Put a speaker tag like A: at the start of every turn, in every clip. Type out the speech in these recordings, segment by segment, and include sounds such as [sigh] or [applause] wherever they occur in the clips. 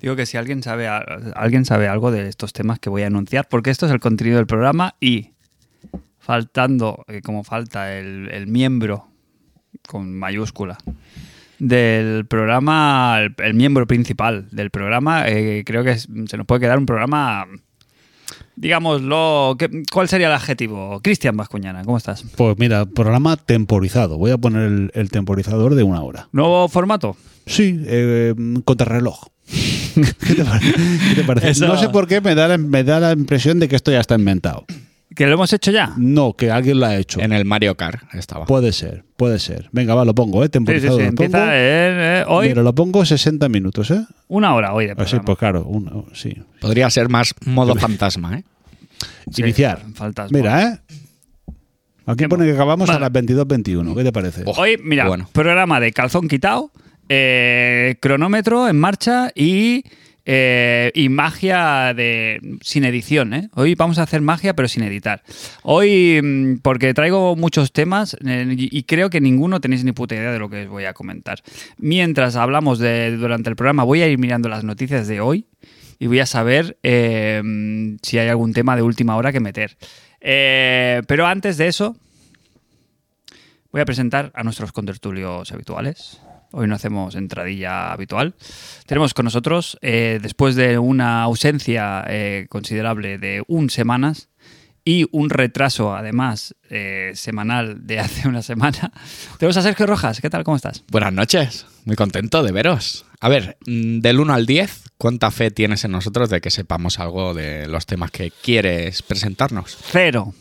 A: Digo que si alguien sabe, a- alguien sabe algo de estos temas que voy a anunciar, porque esto es el contenido del programa y faltando, eh, como falta el, el miembro con mayúscula del programa, el, el miembro principal del programa, eh, creo que es- se nos puede quedar un programa, digámoslo, ¿qué- ¿cuál sería el adjetivo? Cristian Vascuñana, ¿cómo estás?
B: Pues mira, programa temporizado. Voy a poner el, el temporizador de una hora.
A: ¿Nuevo formato?
B: Sí, eh, contrarreloj. [laughs] ¿Qué te, pare- qué te parece?
A: Eso-
B: No sé por qué me da, la- me da la impresión de que esto ya está inventado.
A: ¿Que lo hemos hecho ya?
B: No, que alguien lo ha hecho.
C: En el Mario Kart estaba.
B: Puede ser, puede ser. Venga, va, lo pongo,
A: Sí,
B: ¿eh?
A: sí,
B: Temporizador.
A: sí,
B: lo pongo.
A: empieza eh, eh, hoy,
B: Mira, lo pongo 60 minutos, ¿eh?
A: una hora hoy de
B: Así,
A: programa.
B: pues claro, uno, sí.
C: Podría ser más modo
B: Pues-
C: fantasma, ¿eh?
A: Sí,
B: Iniciar.
A: Faltas.
B: Mira, ¿eh? Aquí pone que acabamos
A: Vale.
B: a las 22.21. ¿Qué te parece?
C: Oh,
A: Hoy, mira,
C: bueno.
A: programa de calzón quitado, eh, cronómetro en marcha y, eh, y magia de sin edición. ¿eh? Hoy vamos a hacer magia, pero sin editar. Hoy, mm, porque traigo muchos temas eh, y y creo que ninguno tenéis ni puta idea de lo que os voy a comentar. Mientras hablamos de, durante el programa, voy a ir mirando las noticias de hoy y voy a saber eh, mm, si hay algún tema de última hora que meter. Eh, pero antes de eso, Voy a presentar a nuestros contertulios habituales. Hoy no hacemos entradilla habitual. Tenemos con nosotros, eh, después de una ausencia eh, considerable de un semanas y un retraso, además, eh, semanal de hace una semana, [laughs] tenemos a Sergio Rojas. ¿Qué tal? ¿Cómo estás?
C: Buenas noches, muy contento de veros. A ver, mm, del 1 al 10, ¿cuánta fe tienes en nosotros de que sepamos algo de los temas que quieres presentarnos?
A: Cero.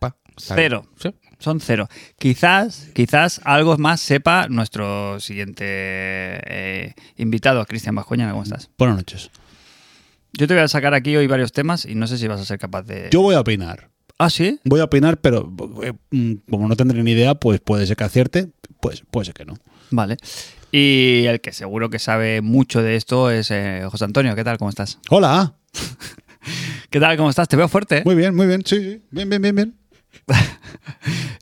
C: Pa, está
A: Cero.
C: bien. Sí.
A: Son cero. Quizás, quizás algo más sepa nuestro siguiente eh, invitado, Cristian Bascuñana. ¿Cómo estás?
B: Buenas noches.
A: Yo te voy a sacar aquí hoy varios temas y no sé si vas a ser capaz de...
B: Yo voy a opinar.
A: ¿Ah, sí?
B: Voy a opinar, pero eh, mm, como no tendré ni idea, pues puede ser que acierte, pues puede ser que no.
A: Vale. Y el que seguro que sabe mucho de esto es eh, José Antonio. ¿Qué tal? ¿Cómo estás?
B: Hola,
A: ¿Qué tal? ¿Cómo estás? Te veo fuerte. ¿eh?
B: muy bien, muy bien, sí, sí, bien, bien, bien, bien.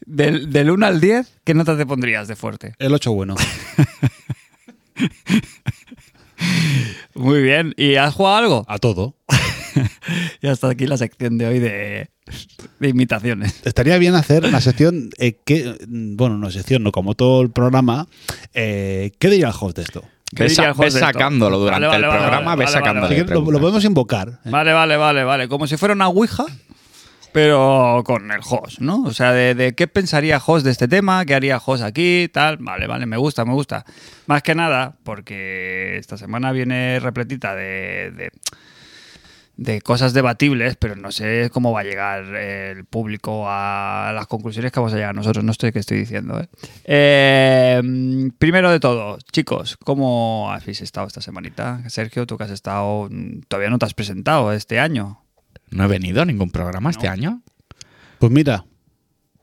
A: Del, del 1 al 10, ¿qué nota te pondrías de fuerte?
B: El 8
C: [laughs]
B: bueno.
A: Muy bien. ¿Y has jugado algo?
B: A todo.
A: [laughs] Ya está aquí la sección de hoy de, de imitaciones.
B: Estaría bien hacer una sección eh, que, mm, bueno, una sección, no como todo el programa. eh, ¿Qué diría el host de esto?
A: ¿Qué
C: Ve
A: diría
C: sa-
A: el host
C: ve
A: de esto?
C: sacándolo durante
A: Vale,
C: el
A: vale, vale,
C: programa,
A: vale,
C: ve
A: vale,
C: sacándolo.
B: Así
A: vale.
B: que lo, lo podemos invocar.
A: [laughs]
B: ¿eh?
A: Vale, vale, vale, vale. Como si fuera una ouija, pero con el host, ¿no? O sea, de, de qué pensaría host de este tema, qué haría host aquí, tal. Vale, vale, me gusta, me gusta. Más que nada, porque esta semana viene repletita de. de- de cosas debatibles, pero no sé cómo va a llegar eh, el público a las conclusiones que vamos a llegar nosotros. No estoy que estoy diciendo. ¿eh? Eh, primero de todo, chicos, ¿cómo habéis estado esta semanita? Sergio, tú que has estado, mm, todavía no te has presentado este año.
C: No he venido a ningún programa este año.
B: Pues mira,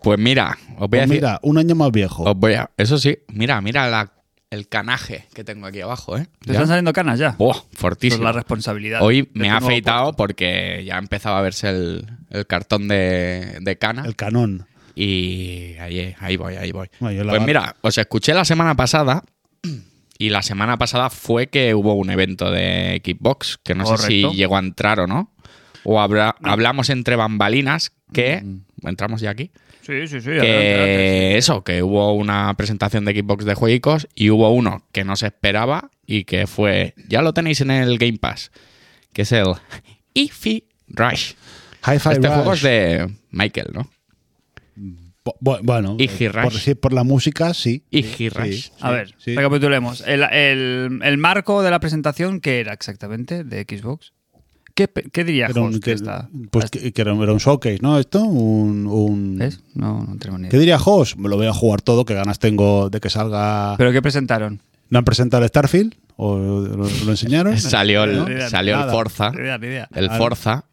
C: Pues mira, os voy a
B: pues
C: decir. Oh.
B: mira, un año más viejo.
C: os voy a- eso sí, mira, mira la- el canaje que tengo aquí abajo, ¿eh?
A: Te
C: Ya.
A: están saliendo canas ya.
C: Buah,
A: Pues
C: fortísimo.
A: la responsabilidad.
C: Hoy
A: de tu
C: me ha
A: nuevo
C: afeitado porque ya empezaba a verse el, el cartón de, de cana.
B: El canón.
C: Y ahí, ahí voy, ahí voy.
B: Bueno, yo la
C: pues
B: bar-
C: mira, os escuché la semana pasada. Y la semana pasada fue que hubo un evento de Kickbox, que no sé
A: Correcto.
C: si llegó a entrar o no. O habra- hablamos entre bambalinas que.
B: Mm.
C: Entramos ya aquí.
A: podcast. Sí, sí, sí. adelante, adelante.
C: Que eso, que hubo una presentación de Kickbox de juegos y hubo uno que no se esperaba y que fue. Ya lo tenéis en el Game Pass, que es el Ify Rush.
B: Hi-Fi
C: Este juego
B: Rush.
C: es de Michael, ¿no?
B: Bu- bu- Bueno,
C: Y
B: eh,
C: Hirash.
B: por, sí, por la música, sí.
C: Y
B: Sí,
C: Hirash.
B: sí,
A: A ver,
B: sí.
A: recapitulemos. El, el- el marco de la presentación, ¿qué era exactamente de Xbox? ¿Qué, pe- qué diría
B: Era un-
A: host
B: que-
A: que está?
B: pues que, que era un era un showcase, ¿no? Esto, un... un-
A: ¿Ves? No, no tengo ni
B: ¿Qué
A: idea.
B: diría Jos? Me lo voy a jugar todo, que ganas tengo de que salga...
A: ¿Pero qué presentaron?
B: ¿No han presentado el Starfield? ¿O lo, lo enseñaron?
C: [laughs] Salió
A: No, ni idea,
C: el, salió el
B: nada.
C: Forza.
A: Ni idea, ni idea.
C: El Forza.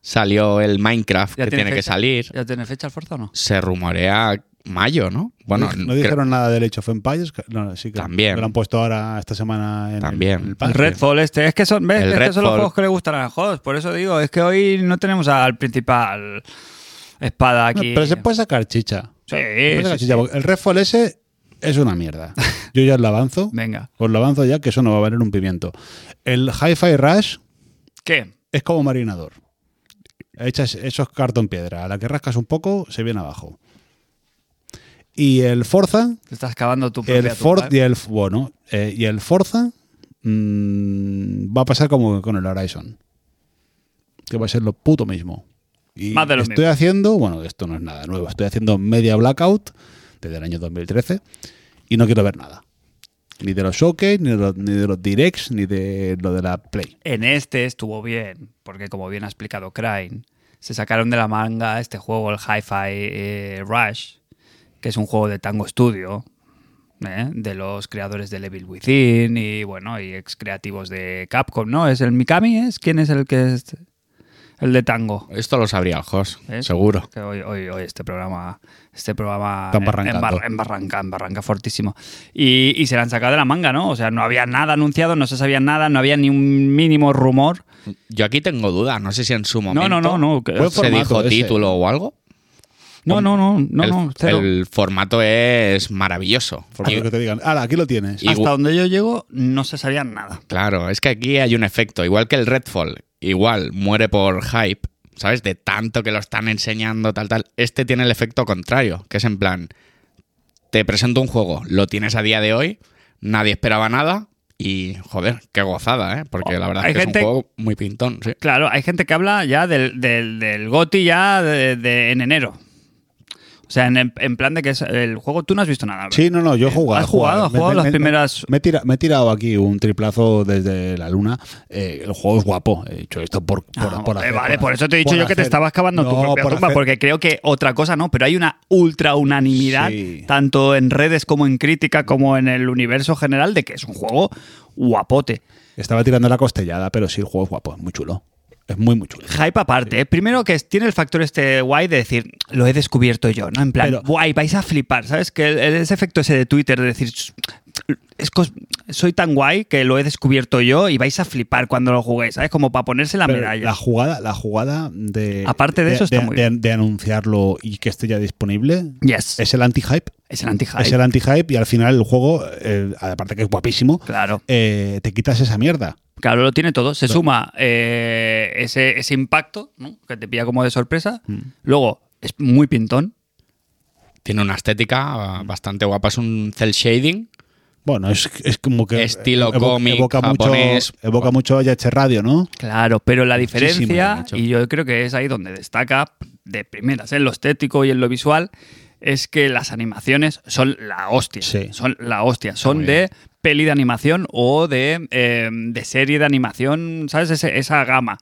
C: Salió el Minecraft,
A: ¿Ya
C: que tiene que
A: fecha?
C: salir.
A: ¿Ya tiene fecha el Forza o no?
C: Se rumorea mayo, ¿no? Bueno,
B: no, di- no
C: creo-
B: dijeron nada del Age of Empires. que- no, sí que
C: También.
B: que Lo han puesto ahora esta semana en el-
C: También.
B: en el
A: El
B: parque.
A: Redfall este, es que son, ¿ves?
C: El
A: Es que son los
C: Redfall.
A: juegos que le gustan a los juegos, por eso digo, es que hoy no tenemos al principal espada
B: No,
A: aquí.
B: pero se puede sacar chicha.
A: Sí,
B: Se puede sacar
A: sí, [laughs]
B: chicha, porque El Redfall ese es una mierda. Yo ya lo avanzo.
A: Venga.
B: Os lo avanzo ya que eso no va a valer un pimiento. El Hi-Fi Rush
A: ¿Qué?
B: es como marinador. Echas esos cartón piedra. A la que rascas un poco, se viene abajo. Y el Forza,
A: Te estás cavando tu
B: el
A: propia
B: Ford
A: tumba,
B: y
A: ¿eh?
B: el bueno, eh, y el Forza mm, va a pasar como con el Horizon. Que va a ser lo puto mismo. Y
A: Más de lo
B: estoy
A: mismo.
B: haciendo, bueno, esto no es nada nuevo, estoy haciendo media blackout desde el año 2013 y no quiero ver nada. Ni de los showcase, ni de los, ni de los directs, ni de lo de la Play.
A: En este estuvo bien, porque como bien ha explicado Crane, se sacaron de la manga este juego, el Hi-Fi eh, Rush, que es un juego de Tango Studio, ¿eh? de los creadores de Evil Within y bueno, y ex creativos de Capcom, ¿no? ¿Es el Mikami? ¿Es? ¿Quién es el que es el de Tango?
C: Esto lo sabría el host,
A: ¿Eh?
C: seguro.
A: Que hoy, hoy, hoy este programa, este programa
B: Está embarrancando.
A: embarra- embarranca, embarranca fortísimo. Y, y se la han sacado de la manga, ¿no? O sea, no había nada anunciado, no se sabía nada, no había ni un mínimo rumor.
C: Yo aquí tengo dudas, no sé si en su
A: No,
C: momento pues,
A: no, no, no. que-
B: Buen
C: se
B: formato
C: dijo
B: ese.
C: título o algo.
A: No, no, no, no,
C: el,
A: no. cero.
C: el formato es maravilloso.
B: Por lo que te digan, ahora aquí lo tienes.
C: y-
A: Hasta donde yo llego no se sabía nada.
C: Claro, es que aquí hay un efecto, igual que el Redfall, igual muere por hype, ¿sabes? De tanto que lo están enseñando, tal, tal. Este tiene el efecto contrario, que es en plan, te presento un juego, lo tienes a día de hoy, nadie esperaba nada y, joder, qué gozada, ¿eh? Porque la verdad
A: Hay
C: es que
A: gente-
C: es un juego muy pintón, sí.
A: Claro, hay gente que habla ya del, del, del GOTI ya de, de- en enero. O sea, en, en plan de que es el juego tú no has visto nada. Albert.
B: Sí, no, no, yo he jugado.
A: ¿Has
B: he
A: jugado? ¿Has jugado las primeras-
B: Me, he tira- me he tirado aquí un triplazo desde la luna. Eh, el juego es guapo. He hecho esto por, por,
A: Ah,
B: por
A: eh,
B: hacer.
A: vale, por eso te he dicho
B: por
A: yo que te
B: hacer.
A: estabas cavando tu
B: No,
A: propia
B: por
A: tumba,
B: hacer.
A: porque creo que otra cosa no, pero hay una ultra unanimidad,
B: Sí.
A: tanto en redes como en crítica, como en el universo general, de que es un juego guapote.
B: Estaba tirando la costellada, pero sí, el juego es guapo, es muy chulo. Es muy, muy chulo.
A: Hype aparte, ¿eh? primero que tiene el factor este guay de decir, lo he descubierto yo, ¿no? En plan,
B: Pero-
A: guay, vais a flipar, ¿sabes? Que el- ese efecto ese de Twitter de decir, es cos- soy tan guay que lo he descubierto yo y vais a flipar cuando lo juguéis, ¿sabes? Como para ponerse la
B: Pero
A: medalla.
B: la jugada, la jugada de.
A: Ah, Aparte de eso está muy bien.
B: de anunciarlo y que esté ya disponible.
A: Yes, es,
B: Es el anti-hype.
A: el anti-hype.
B: Es el anti-hype y al final el juego, eh, aparte que es guapísimo,
A: Claro.
B: eh, te quitas esa mierda.
A: Claro, lo tiene todo. Se suma eh, ese, ese impacto, ¿no? Que te pilla como de sorpresa.
B: Mm.
A: Luego, es muy pintón.
C: Tiene una estética bastante guapa, es un cel shading.
B: Bueno, es, es como que.
C: Estilo
B: evo-
C: cómic japonés.
B: Mucho, evoca mucho YH Radio, ¿no?
A: Claro, pero la diferencia,
C: mucho.
A: y yo creo que es ahí donde destaca de primeras, en lo estético y en lo visual, es que las animaciones son la hostia.
B: Sí.
A: Son la hostia. Son
C: muy
A: de peli de animación o de, eh, de serie de animación, ¿sabes? Ese- esa gama.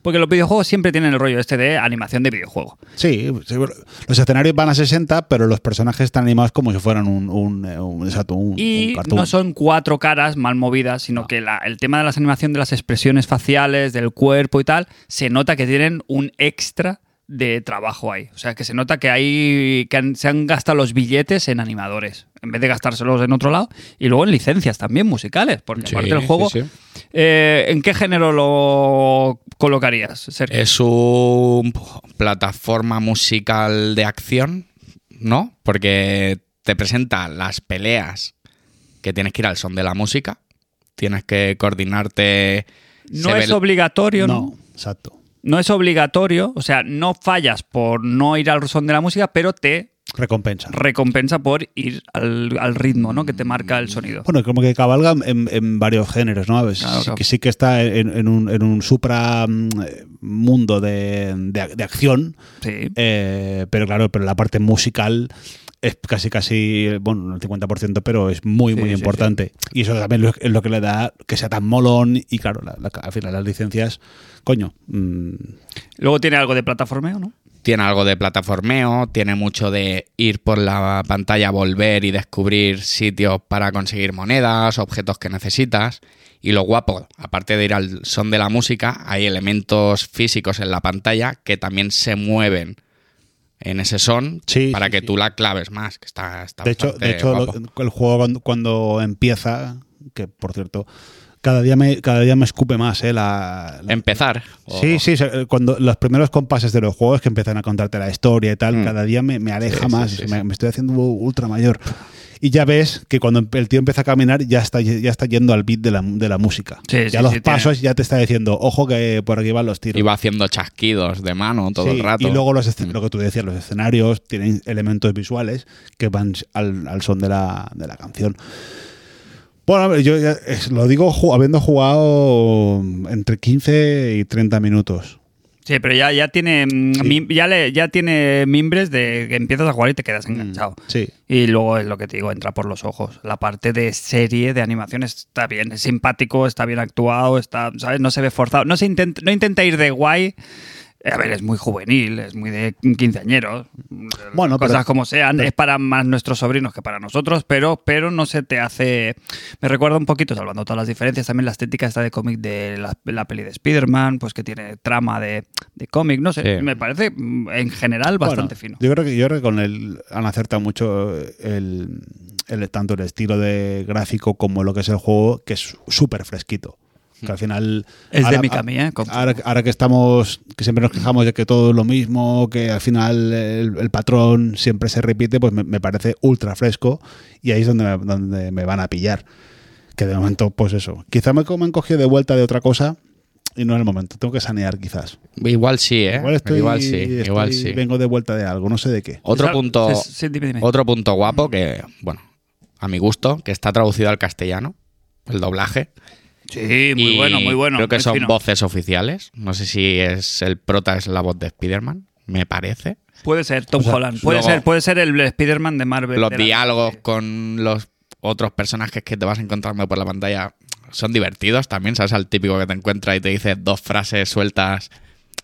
A: Porque los videojuegos siempre tienen el rollo este de animación de videojuego.
B: Sí, sí, bueno, los escenarios van a 60, pero los personajes están animados como si fueran un, un, eh, un- exacto, un- un
A: Y
B: cartoon.
A: no son cuatro caras mal movidas, sino que la- el tema de las animaciones, de las expresiones faciales, del cuerpo y tal, se nota que tienen un extra de trabajo ahí. O sea, que se nota que hay que han- se han gastado los billetes en animadores, en vez de gastárselos en otro lado, y luego en licencias también musicales, porque
C: Sí,
A: aparte del
C: sí,
A: juego,
C: sí.
A: eh, ¿en qué género lo colocarías, Sergio?
C: Es una plataforma musical de acción, ¿no? Porque te presenta las peleas que tienes que ir al son de la música, tienes que coordinarte.
A: no
C: se
A: es
C: ve-
A: obligatorio, ¿no?
B: No, exacto.
A: No es obligatorio, o sea, no fallas por no ir al son de la música, pero te
B: Recompensa.
A: recompensa por ir al, al ritmo ¿no? que te marca el sonido.
B: Bueno, como que cabalga en, en varios géneros, ¿no? A ver,
A: Claro,
B: sí,
A: claro.
B: Que sí que está en, en un, en un supra mm, mundo de, de- de acción,
A: Sí.
B: eh, pero claro, pero la parte musical es casi, casi, bueno, no el 50%, pero es muy,
A: Sí,
B: muy
A: sí,
B: importante. Y eso también lo- es lo que le da que sea tan molón y claro, la- la- al final las licencias, coño, mm,
A: Luego tiene algo de plataformeo, ¿no?
C: Tiene algo de plataformeo, tiene mucho de ir por la pantalla, volver y descubrir sitios para conseguir monedas, objetos que necesitas. Y lo guapo, aparte de ir al son de la música, hay elementos físicos en la pantalla que también se mueven en ese son
B: Sí,
C: para
B: sí,
C: que
B: sí.
C: tú la claves más. Que está, está
B: De hecho,
C: bastante
B: de hecho lo-
C: guapo.
B: el juego cuando, cuando empieza, que por cierto, cada día me, cada día me escupe más, ¿eh? La, la-
C: empezar. o-
B: Sí, sí, se- eh, cuando los primeros compases de los juegos que empiezan a contarte la historia y tal,
C: Mm.
B: cada día me, me aleja
C: Sí, sí,
B: más,
C: sí,
B: me,
C: sí.
B: me estoy haciendo ultra mayor. Y ya ves que cuando el tío empieza a caminar ya está, ya está yendo al beat de la, de la música.
A: Sí,
B: ya
A: sí,
B: los
A: sí,
B: pasos ya te está diciendo, ojo que por aquí van los tiros.
C: Y va haciendo chasquidos de mano todo
B: Sí,
C: el rato. Mm.
B: Y luego los escen- lo que tú decías, los escenarios tienen elementos visuales que van al, al son de la, de la canción. Bueno, a ver, yo ya- es- lo digo ju- habiendo jugado entre 15 y 30 minutos.
A: Sí, pero ya, ya tiene mm, mim- ya, le, ya tiene mimbres de que empiezas a jugar y te quedas enganchado.
B: Sí.
A: Y luego es lo que te digo, entra por los ojos. La parte de serie, de animación está bien, es simpático, está bien actuado, está, ¿sabes? No se ve forzado. No, se intenta, no intenta ir de guay. Eh, A ver, es muy juvenil, es muy de quinceañeros.
B: Bueno,
A: cosas
B: pero-
A: como sean.
B: pero-
A: es para más nuestros sobrinos que para nosotros, pero, pero no se te hace. Me recuerda un poquito, salvando todas las diferencias, también la estética está de cómic de la, la peli de Spider-Man, pues que tiene trama de, de cómic. No sé,
C: Sí.
A: me parece mm, en general bastante
B: Bueno,
A: fino.
B: Yo creo que, yo creo que con el han acertado mucho el, el- tanto el estilo de gráfico como lo que es el juego, que es súper fresquito. Que al final.
A: Mm. Es de
B: ahora- ah,
A: Mikami, ¿eh? Con-
B: Ahora, ahora que estamos, que siempre nos quejamos de que todo es lo mismo, que al final el, el patrón siempre se repite, pues me, me parece ultra fresco y ahí es donde me, donde me van a pillar. Que de momento, pues eso. Quizá me, co- me han cogido de vuelta de otra cosa y no es el momento. Tengo que sanear quizás.
C: Igual sí, ¿eh?
B: Igual estoy,
C: igual sí,
B: estoy-
C: igual sí.
B: Vengo de vuelta de algo, no sé de qué.
C: Otro
A: Sal-
C: punto,
A: Sí, sí, dime, dime.
C: otro punto guapo que, bueno, a mi gusto, que está traducido al castellano, el doblaje.
A: Sí, muy
C: Y
A: bueno, muy bueno.
C: Creo que
A: muy
C: son
A: fino.
C: voces oficiales. No sé si es el prota es la voz de Spider-Man, me parece.
A: Puede ser Tom Holland. Puede
C: luego-
A: ser, puede ser el Spider-Man de Marvel.
C: Los
A: de la-
C: diálogos con los otros personajes que te vas encontrando por la pantalla son divertidos también. Sabes al típico que te encuentra y te dice dos frases sueltas.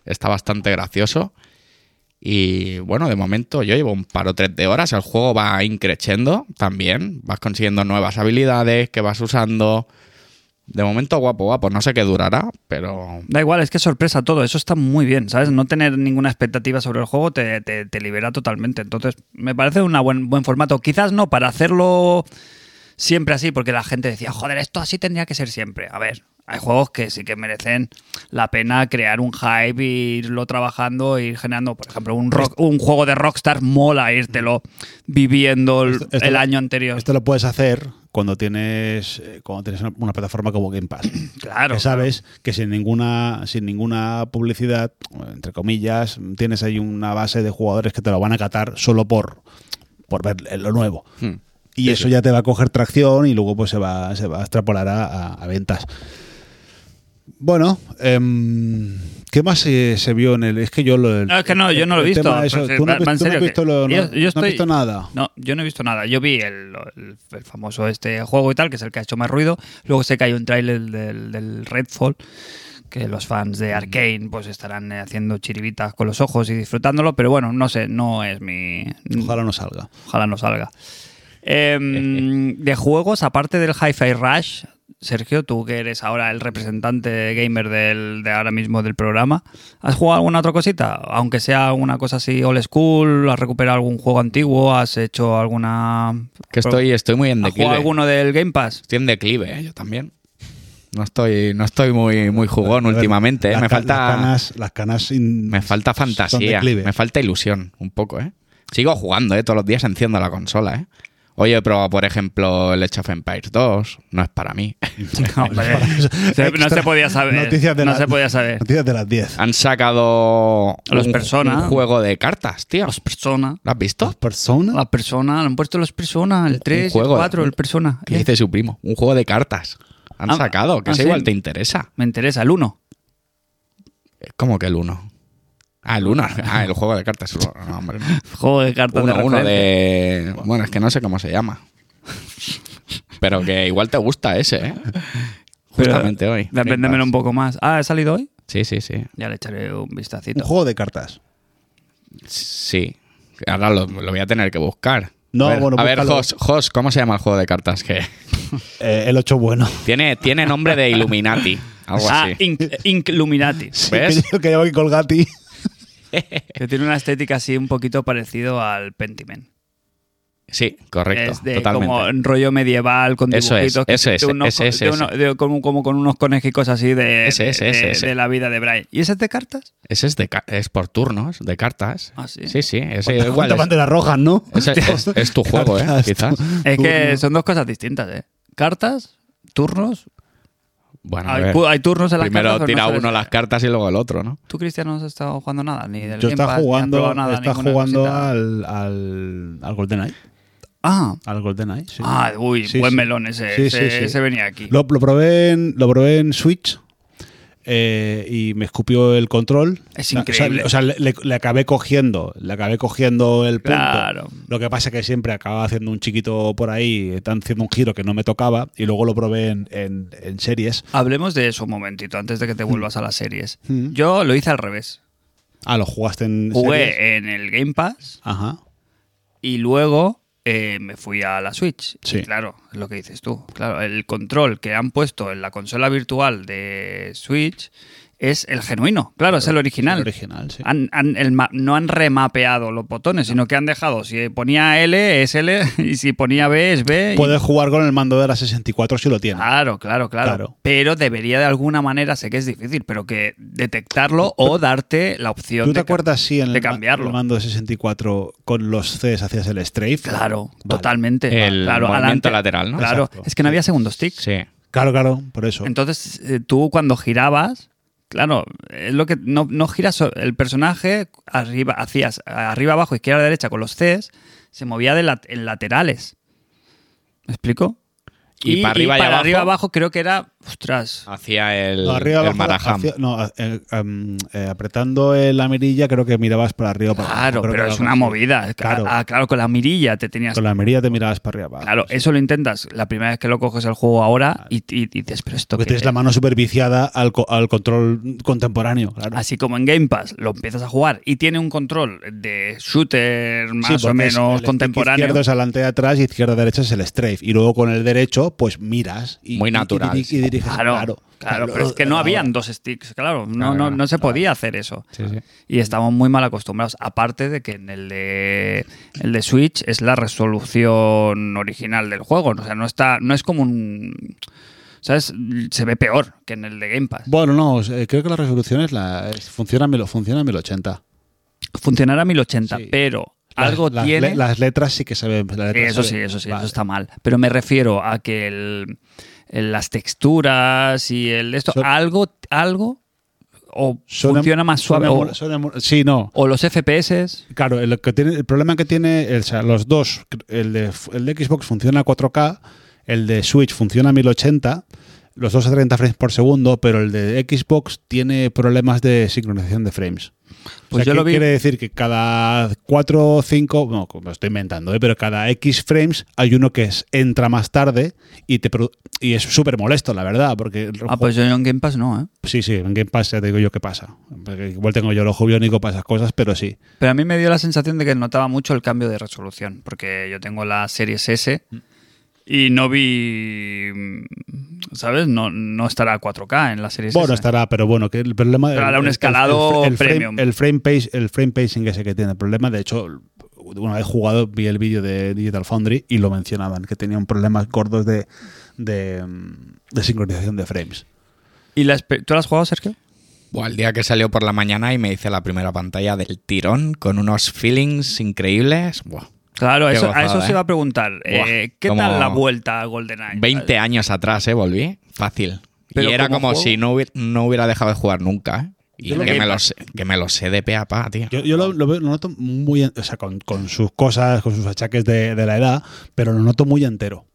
C: Está bastante gracioso. Y bueno, de momento yo llevo un par o tres de horas. El juego va increciendo también. Vas consiguiendo nuevas habilidades que vas usando. De momento, guapo, guapo. No sé qué durará, pero
A: Da igual, es que sorpresa todo. Eso está muy bien, ¿sabes? No tener ninguna expectativa sobre el juego te, te- te libera totalmente. Entonces, me parece un buen, buen formato. Quizás no para hacerlo siempre así, porque la gente decía, joder, esto así tendría que ser siempre. A ver, hay juegos que sí que merecen la pena crear un hype, e irlo trabajando, e ir generando, por ejemplo, un, rock- un juego de Rockstar mola írtelo viviendo el,
B: esto-
A: el año anterior.
B: Esto lo puedes hacer cuando tienes eh, cuando tienes una- una plataforma como Game Pass.
A: [clears throat] claro.
B: que sabes que sin ninguna sin ninguna publicidad, entre comillas, tienes ahí una base de jugadores que te lo van a catar solo por por ver lo nuevo.
C: Hmm.
B: Y eso ya te va a coger tracción y luego pues se va, se va a extrapolar a, a- a ventas. Bueno, em, ¿qué más se, se vio en el...? Es que yo lo... el-
A: No, Ah, es que no, yo no lo he
B: el
A: visto.
B: tema de eso,
A: Pero,
B: tú
A: va-
B: no, has visto-
A: va en
B: tú no has
A: serio que-
B: visto lo- no-
A: yo- yo
B: no has
A: estoy-
B: visto nada.
A: No, yo no he visto nada. Yo vi el, el- el famoso este juego y tal, que es el que ha hecho más ruido. Luego sé que hay un tráiler del, del Redfall, que los fans de Arkane pues estarán eh, haciendo chiribitas con los ojos y disfrutándolo, pero bueno, no sé, no es mi...
B: Ojalá no salga.
A: Ojalá no salga.
C: [laughs]
A: Em, de juegos, aparte del Hi-Fi Rush, Sergio, tú que eres ahora el representante gamer del, de ahora mismo del programa, ¿has jugado alguna otra cosita? Aunque sea una cosa así old school, ¿has recuperado algún juego antiguo? ¿Has hecho alguna...
C: que estoy, estoy muy en
A: ¿Has
C: declive.
A: jugado alguno del Game
C: [laughs]
A: Pass?
C: Estoy en declive, ¿eh? yo también. No estoy, no estoy muy, muy jugón
B: A ver,
C: últimamente. ¿eh?
B: las
C: Me
B: ca- Las
C: falta,
B: canas, las canas in-
C: me falta
B: son
C: fantasía,
B: declive.
C: me falta ilusión un poco, ¿eh? Sigo jugando, ¿eh? Todos los días enciendo la consola, ¿eh? Hoy he probado, por ejemplo, el Age of Empires 2. No es para [laughs] mí.
A: [laughs] Hombre, se- no se
B: Extra-
A: podía saber.
B: Noticias de
A: no
B: la-
A: se podía saber.
C: [laughs]
B: Noticias de las 10.
C: Han sacado
A: Los
C: un,
A: Persona.
C: un juego de cartas, tío.
A: Los Persona.
C: ¿Lo has visto?
B: Persona.
A: La persona, le han puesto los Persona, el 3, el
C: juego de-
A: 4, el Persona.
C: ¿Qué dice su primo? Un juego de cartas. Han
A: Ah,
C: sacado, que
A: ah,
C: eso
A: sí.
C: igual te interesa.
A: Me interesa, el 1.
C: ¿Cómo que el 1? Ah, el [laughs] 1. Ah, el juego de cartas. No, hombre, no.
A: Juego de cartas
C: uno,
A: de
C: uno
A: referencia.
C: de. Bueno, es que no sé cómo se llama. [laughs] Pero que igual te gusta ese, ¿eh?
A: Pero
C: Justamente hoy.
A: Depéndemelo un poco más. Ah, ¿ha salido hoy?
C: Sí, sí, sí.
A: Ya le echaré un
B: Un
A: vistacito.
B: juego de cartas.
C: Sí. Ahora lo, lo voy a tener que buscar.
B: No,
C: a ver,
B: bueno,
C: a ver
B: búscalo.
C: Jos, Jos, ¿cómo se llama el juego de cartas? Que
B: Eh, el 8 bueno. [laughs]
C: tiene, tiene nombre de Illuminati. Algo
A: Ah,
C: así.
A: Inc-
C: [laughs]
A: Incluminati.
B: Sí,
C: ¿Ves?
B: Que yo que llevo aquí colgati.
A: que tiene una estética así un poquito parecido al Pentiment.
C: Sí, correcto.
A: Es de
C: totalmente.
A: como rollo medieval con
C: Eso es,
A: dibujitos que-
C: eso es,
A: de unos-
C: ese es,
A: de uno-
C: ese.
A: de- como, como con unos conejicos así de,
C: Ese es,
A: de-
C: ese,
A: de-
C: ese.
A: de la vida de Brian. ¿Y ese es de cartas?
C: Ese es, de, ca- es por turnos, de cartas.
A: Ah, sí.
C: Sí, sí.
B: [laughs] Cuánta-
C: Ese, igual
B: cuánta
C: es,
B: bandera roja, ¿no?
C: ese es- es tu juego, ¿eh?
B: Cartas,
C: Quizás.
B: tú-
A: Es
B: tú-
A: que son dos cosas distintas, ¿eh? Cartas, turnos.
C: Bueno, a
A: Hay,
C: ver.
A: pu- hay turnos en las
C: Primero
A: cartas. pero
C: tira
A: no se
C: uno
A: les-
C: las cartas y luego el otro, ¿no?
A: Tú, Cristian, no has estado jugando nada. Ni del
B: Yo
A: Game Pass, ni
B: estaba
A: has probado
B: jugando,
A: nada,
B: está
A: ninguna
B: jugando
A: cosita.
B: al, al, al GoldenEye.
A: Ah,
B: Al GoldenEye, sí.
A: ah, uy,
B: Sí,
A: buen
B: sí.
A: melón ese.
B: Sí,
A: ese,
B: sí, sí.
A: ese venía aquí.
B: Lo, lo probé en, lo probé en Switch eh, y me escupió el control.
A: Es
B: O sea,
A: increíble.
B: O sea, le- le, le acabé cogiendo, le acabé cogiendo el punto.
A: Claro.
B: Lo que pasa es que siempre acababa haciendo un chiquito por ahí, tan haciendo un giro que no me tocaba y luego lo probé en, en- en series.
A: Hablemos de eso un momentito antes de que te vuelvas a las series.
B: Mm.
A: Yo lo hice al revés.
B: Ah, lo jugaste en series.
A: Jugué en el Game Pass.
B: Ajá.
A: y luego eh, me fui a la Switch.
B: Sí.
A: Y claro, es lo que dices tú. Claro, el control que han puesto en la consola virtual de Switch es el genuino. Claro, es el original. Ah,
B: El original, sí.
A: Han- han- el ma- no han remapeado los botones, sino que han dejado, si ponía L es L [laughs] y si ponía B es B. y- Ah,
B: Puedes jugar con el mando de la 64 si lo tienes.
A: Claro, claro, claro,
B: Claro.
A: Pero debería de alguna manera, sé que es difícil, pero que detectarlo o darte la opción
B: ¿Tú te
A: de ca-
B: acuerdas si en el,
A: de
B: ma-
A: cambiarlo?
B: el mando de 64 con los Cs hacías el strafe?
A: Claro,
B: Vale.
A: totalmente.
C: El
A: claro,
C: movimiento lateral, ¿no?
A: Claro,
B: Exacto.
A: es que no había segundo stick.
C: Sí.
B: Claro, claro, por eso.
A: Entonces, eh, tú cuando girabas, claro, es lo que no, no giras so- el personaje arriba, hacías arriba, abajo, izquierda, derecha con los Cs, se movía de lat- en laterales. ¿Me explico?
C: Y para arriba y
A: para
C: abajo.
A: arriba abajo creo que era, ostras,
C: Hacía el,
B: No, arriba,
C: el
B: abajo,
C: marajam.
B: hacia- no, a- el- em, eh, apretando el- la mirilla creo que mirabas para arriba. Para abajo,
A: claro,
B: creo que
A: pero
B: era
A: es
B: algo
A: una
B: así.
A: movida. Ah,
B: Claro,
A: ah, claro, con la mirilla te tenías
B: con la mirilla te mirabas para arriba. abajo.
A: Claro, eso lo intentas la primera vez que lo coges el juego ahora y, y- y dices, pero esto
B: Porque
A: qué
B: tienes la
A: es?".
B: mano super viciada al, co- al control contemporáneo. Claro.
A: Así como en Game Pass lo empiezas a jugar y tiene un control de shooter
B: Sí,
A: más o
B: porque es el
A: menos
B: stick
A: contemporáneo.
B: Izquierdo es adelante y atrás y izquierda derecha es el strafe. Y luego con el derecho, pues miras. Y, y-
C: Muy
B: y
C: natural,
B: diri- Y,
C: sí.
B: diriges.
A: Claro, claro, pero es que no
B: ahora-
A: habían dos sticks, claro, no,
C: Claro,
A: no,
C: claro,
A: no se podía hacer eso.
C: Sí, sí.
A: Y estamos muy mal acostumbrados. Aparte de que en el de, el de Switch es la resolución original del juego. O sea, no está, no es como un. ¿Sabes? Se ve peor que en el de Game Pass.
B: Bueno, no, eh, creo que la resolución es la. es- funciona, en mil- funciona en 1080.
A: Funcionará a 1080,
B: Sí.
A: pero
B: Las-
A: algo
B: Ah, las,
A: tiene.
B: le- las letras sí que se ven. las
A: Sí,
B: letras
A: eso
B: se
A: sí,
B: ven.
A: eso sí,
B: Vale.
A: eso está mal. Pero me refiero a que el- el- las texturas y el esto,
B: Son-
A: algo, algo o
B: Son em-
A: funciona más
B: son
A: suave o,
B: emu- son emu- sí, no.
A: o los FPS.
B: Claro, el, que tiene- el problema que tiene, o sea, los dos, el de, el de Xbox funciona a 4K, el de Switch funciona a 1080, los dos a 30 frames por segundo, pero el de Xbox tiene problemas de sincronización de frames. O
A: Pues
B: sea,
A: yo lo
B: que
A: vi.
B: Quiere decir que cada 4 o 5, no, me lo estoy inventando, ¿eh? pero cada X frames hay uno que es- entra más tarde y, te, produ- y es súper molesto, la verdad, porque el
A: Ah, pues yo en Game Pass no, ¿eh?
B: Sí, sí, en Game Pass ya te digo yo qué pasa. Porque igual tengo yo el ojo biónico para esas cosas, pero sí.
A: Pero a mí me dio la sensación de que notaba mucho el cambio de resolución, porque yo tengo la Series S y no vi, mm, ¿sabes? No, no estará a 4K en la Series
B: Bueno,
A: S.
B: estará, pero bueno, que el problema
A: Pero
B: el-
A: hará un
B: el-
A: escalado
B: el, el, frame-
A: premium.
B: el frame page, el frame pacing ese que tiene el problema, de hecho, una vez jugado vi el vídeo de Digital Foundry y lo mencionaban que tenían problemas gordos de de, mm, de sincronización de frames.
A: ¿Y la, exper- tú la has jugado, Sergio?
C: Buah, el día que salió por la mañana y me hice la primera pantalla del tirón con unos feelings increíbles. Buah,
A: Claro,
C: Qué
A: eso, a
C: gozada,
A: eso se
C: ¿eh?
A: va a preguntar. Eh, ¿Qué
C: como
A: tal la vuelta a GoldenEye?
C: 20 años atrás, ¿eh? Volví. Fácil.
A: Pero
C: y era
A: como
C: como
A: juego-
C: si no hubiera, no hubiera dejado de jugar nunca, ¿eh? Y
A: Yo lo
C: que
A: que-
C: me, lo sé, que me lo sé de pe a pa, tío.
B: Yo, yo lo, lo veo- lo noto muy, en- o sea, con, con sus cosas, con sus achaques de, de la edad, pero lo noto muy entero.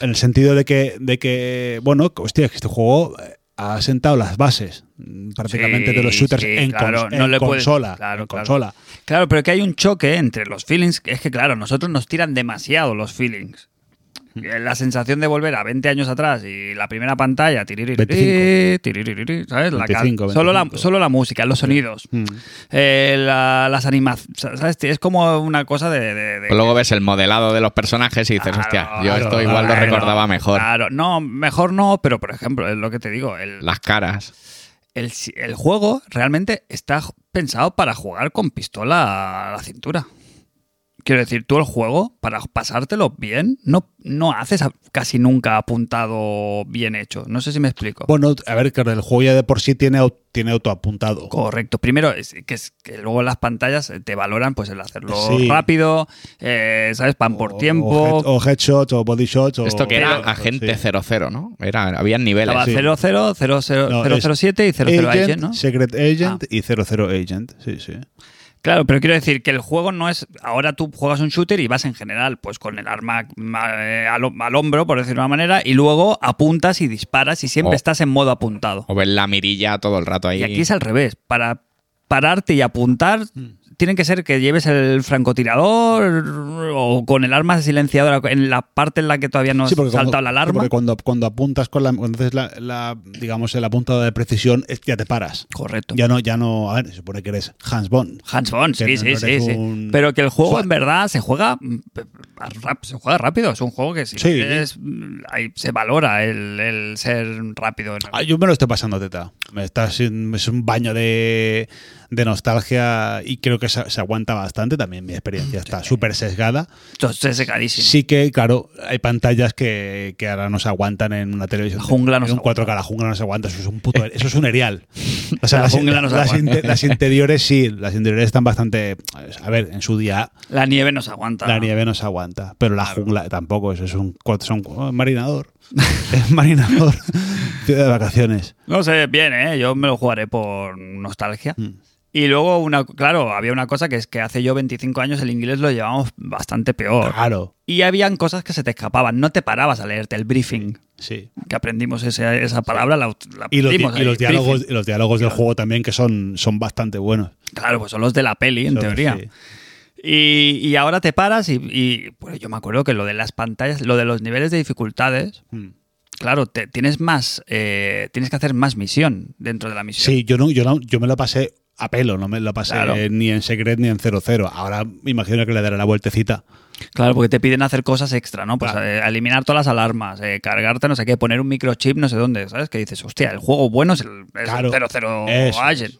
B: En el sentido de que, de que bueno, que, hostia, que este juego eh, ha sentado las bases mm, prácticamente
A: Sí,
B: de los shooters
A: sí,
B: en,
A: claro,
B: cons-
A: no
B: en
A: le puedes-
B: consola.
A: claro,
B: en
A: claro.
B: consola.
A: Claro, pero que hay un choque entre los feelings. que Es que, claro, nosotros nos tiran demasiado los feelings.
C: Mm.
A: Eh, La sensación de volver a 20 años atrás y la primera pantalla, tiririri,
B: 25.
A: tiririri, ¿sabes? La can-
B: 25,
A: Solo, la,
B: 25.
A: solo la música, los sonidos,
C: Mm.
A: eh, la- las animaciones, ¿sabes? Es como una cosa de... de- de-
C: Pues Luego ves el modelado de los personajes y dices,
A: Claro,
C: hostia, yo
A: claro,
C: esto igual
A: claro,
C: lo recordaba mejor.
A: Claro, no, mejor no, pero por ejemplo, es lo que te digo, el,
C: Las caras.
A: el, el juego realmente está j- pensado para jugar con pistola a la cintura. Quiero decir, tú el juego, para pasártelo bien, no, no haces a- casi nunca apuntado bien hecho. No sé si me explico.
B: Bueno, a ver, claro, el juego ya de por sí tiene, au- tiene autoapuntado.
A: Correcto. Primero, es, que, es, que luego las pantallas te valoran pues el hacerlo
B: Sí.
A: rápido, eh, ¿sabes? Pan por
B: O-
A: tiempo.
B: O, head- o headshots, o body shots. o-
C: Esto que era
B: Pero-
C: agente
B: sí.
C: 00, ¿no? Era, habían niveles.
A: Estaba
B: sí.
A: 00, 00,
B: No,
A: 007 y 00
B: Agent,
A: Agent, ¿no?
B: Secret Agent
A: Ah.
B: y 00 Agent. Sí, sí.
A: Claro, pero quiero decir que el juego no es. Ahora tú juegas un shooter y vas en general, pues con el arma ma- eh, al, al hombro, por decirlo de una manera, y luego apuntas y disparas y siempre
C: Oh.
A: estás en modo apuntado.
C: O ver la mirilla todo el rato ahí.
A: Y aquí es al revés. Para pararte y apuntar, tienen que ser que lleves el francotirador o con el arma silenciadora en la parte en la que todavía no has
B: Sí, porque
A: saltado la
B: sí,
A: alarma.
B: porque cuando, cuando apuntas con la, cuando haces la, la- digamos, el apuntado de precisión, es- ya te paras.
A: Correcto.
B: Ya no, ya no, a ver, se supone que eres Hans Bond.
A: Hands on,
B: Que
A: sí,
B: no-
A: sí,
B: no
A: sí,
B: eres
A: sí.
B: un
A: Pero que el juego
B: SWAT.
A: en verdad se juega mm, rap- se juega rápido. Es un juego que sí,
B: Sí.
A: es- mm, ahí se valora el, el ser rápido. en el-
B: Ah, yo me lo estoy pasando, teta. Me estás, es un baño de, de nostalgia y creo que se, se aguanta bastante. También mi
A: Mm,
B: experiencia está súper sesgada.
A: Entonces es secadísimo.
B: Sí que, claro, hay pantallas que, que ahora nos aguantan en una televisión.
A: La jungla
B: en
A: nos
B: un 4K, la jungla nos aguanta. Eso es
A: [laughs]
B: un puto, eso es un erial. O sea,
A: La
B: las,
A: jungla nos
B: las
A: aguanta.
B: inte- las interiores sí, las interiores están bastante. A ver, en su día
A: La nieve nos aguanta.
B: la nieve nos aguanta, pero la jungla tampoco. Eso es un, cuatro- son, oh, marinador. [laughs] es marinador. [laughs] Ciudad de vacaciones.
A: No sé, bien, ¿eh? yo me lo jugaré por nostalgia.
B: Mm.
A: Y luego, una, claro, había una cosa que es que hace yo 25 años el inglés lo llevamos bastante peor.
B: Claro.
A: Y habían cosas que se te escapaban, no te parabas a leerte el briefing,
B: Sí.
A: que aprendimos ese- esa palabra, la, la
B: Y los, di-
A: aprendimos
B: y
A: ahí,
B: los diálogos,
A: briefing.
B: y los diálogos del juego también que son, son bastante buenos.
A: Claro, pues son los de la peli, en
B: Son-
A: teoría.
B: sí.
A: Y, y ahora te paras y, y, pues yo me acuerdo que lo de las pantallas, lo de los niveles de dificultades,
B: Mm.
A: claro, te, tienes más, eh, tienes que hacer más misión dentro de la misión.
B: Sí, yo, no, yo, no- yo me lo pasé a pelo, no me lo pasé
A: Claro.
B: eh, ni en Secret ni en 00. Ahora me imagino que le daré la vueltecita.
A: Claro, porque te piden hacer cosas extra, ¿no? Pues
B: Claro.
A: eh, eliminar todas las alarmas, eh, cargarte no sé qué, poner un microchip no sé dónde, ¿sabes? Que dices, hostia, el juego bueno es el, es el
B: Claro.
A: 00
B: Eso Mm.
A: Agent.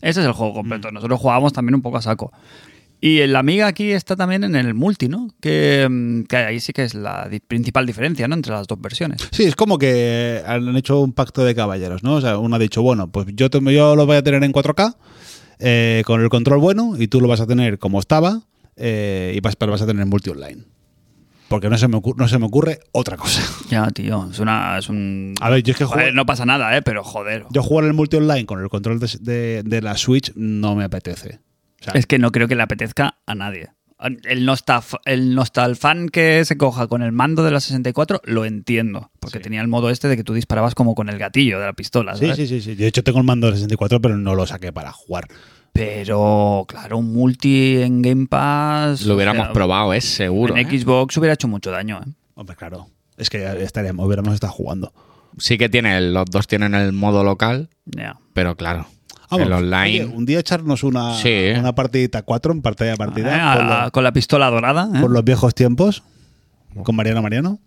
A: Ese es el juego completo. Nosotros jugábamos también un poco a saco. Y el amiga aquí está también en el multi, ¿no? Que, mm, que ahí sí que es la di- principal diferencia, ¿no? Entre las dos versiones.
B: Sí, es como que han hecho un pacto de caballeros, ¿no? O sea, uno ha dicho, bueno, pues yo, te- yo lo voy a tener en 4K eh, con el control bueno y tú lo vas a tener como estaba eh, y vas, pero vas a tener multi online. Porque no se, me ocurre, no se me ocurre otra cosa.
A: Ya, tío, es una. Es un...
B: A ver, yo es que juego-
A: Joder, no pasa nada, ¿eh? Pero joder.
B: [laughs] Yo jugar el multi online con el control de, de- de la Switch no me apetece. O sea,
A: Es que no creo que le apetezca a nadie. El, nostaf, el nostalfan que se coja con el mando de la 64 lo entiendo, porque tenía el modo este de que tú disparabas como con el gatillo de la pistola.
B: sí,
A: ¿sabes?
B: sí, sí, sí. De hecho, tengo el mando de 64, pero no lo saqué para jugar.
A: Pero claro, un multi en Game Pass.
C: Lo
A: o
C: hubiéramos
A: sea,
C: probado, es seguro.
A: En
C: ¿eh?
A: Xbox hubiera hecho mucho daño. ¿eh?
B: Hombre, claro. Es que estaríamos, hubiéramos estado jugando.
C: Sí que tiene, los dos tienen el modo local,
A: Ya.
C: pero claro,
B: Vamos,
C: el
B: oye,
C: online.
B: un día echarnos una,
C: Sí.
B: una partidita 4 en partida a
A: Ah,
B: partida
A: a-
B: por, lo-
A: Con la pistola dorada. ¿eh?
B: por los viejos tiempos con Mariano Mariano.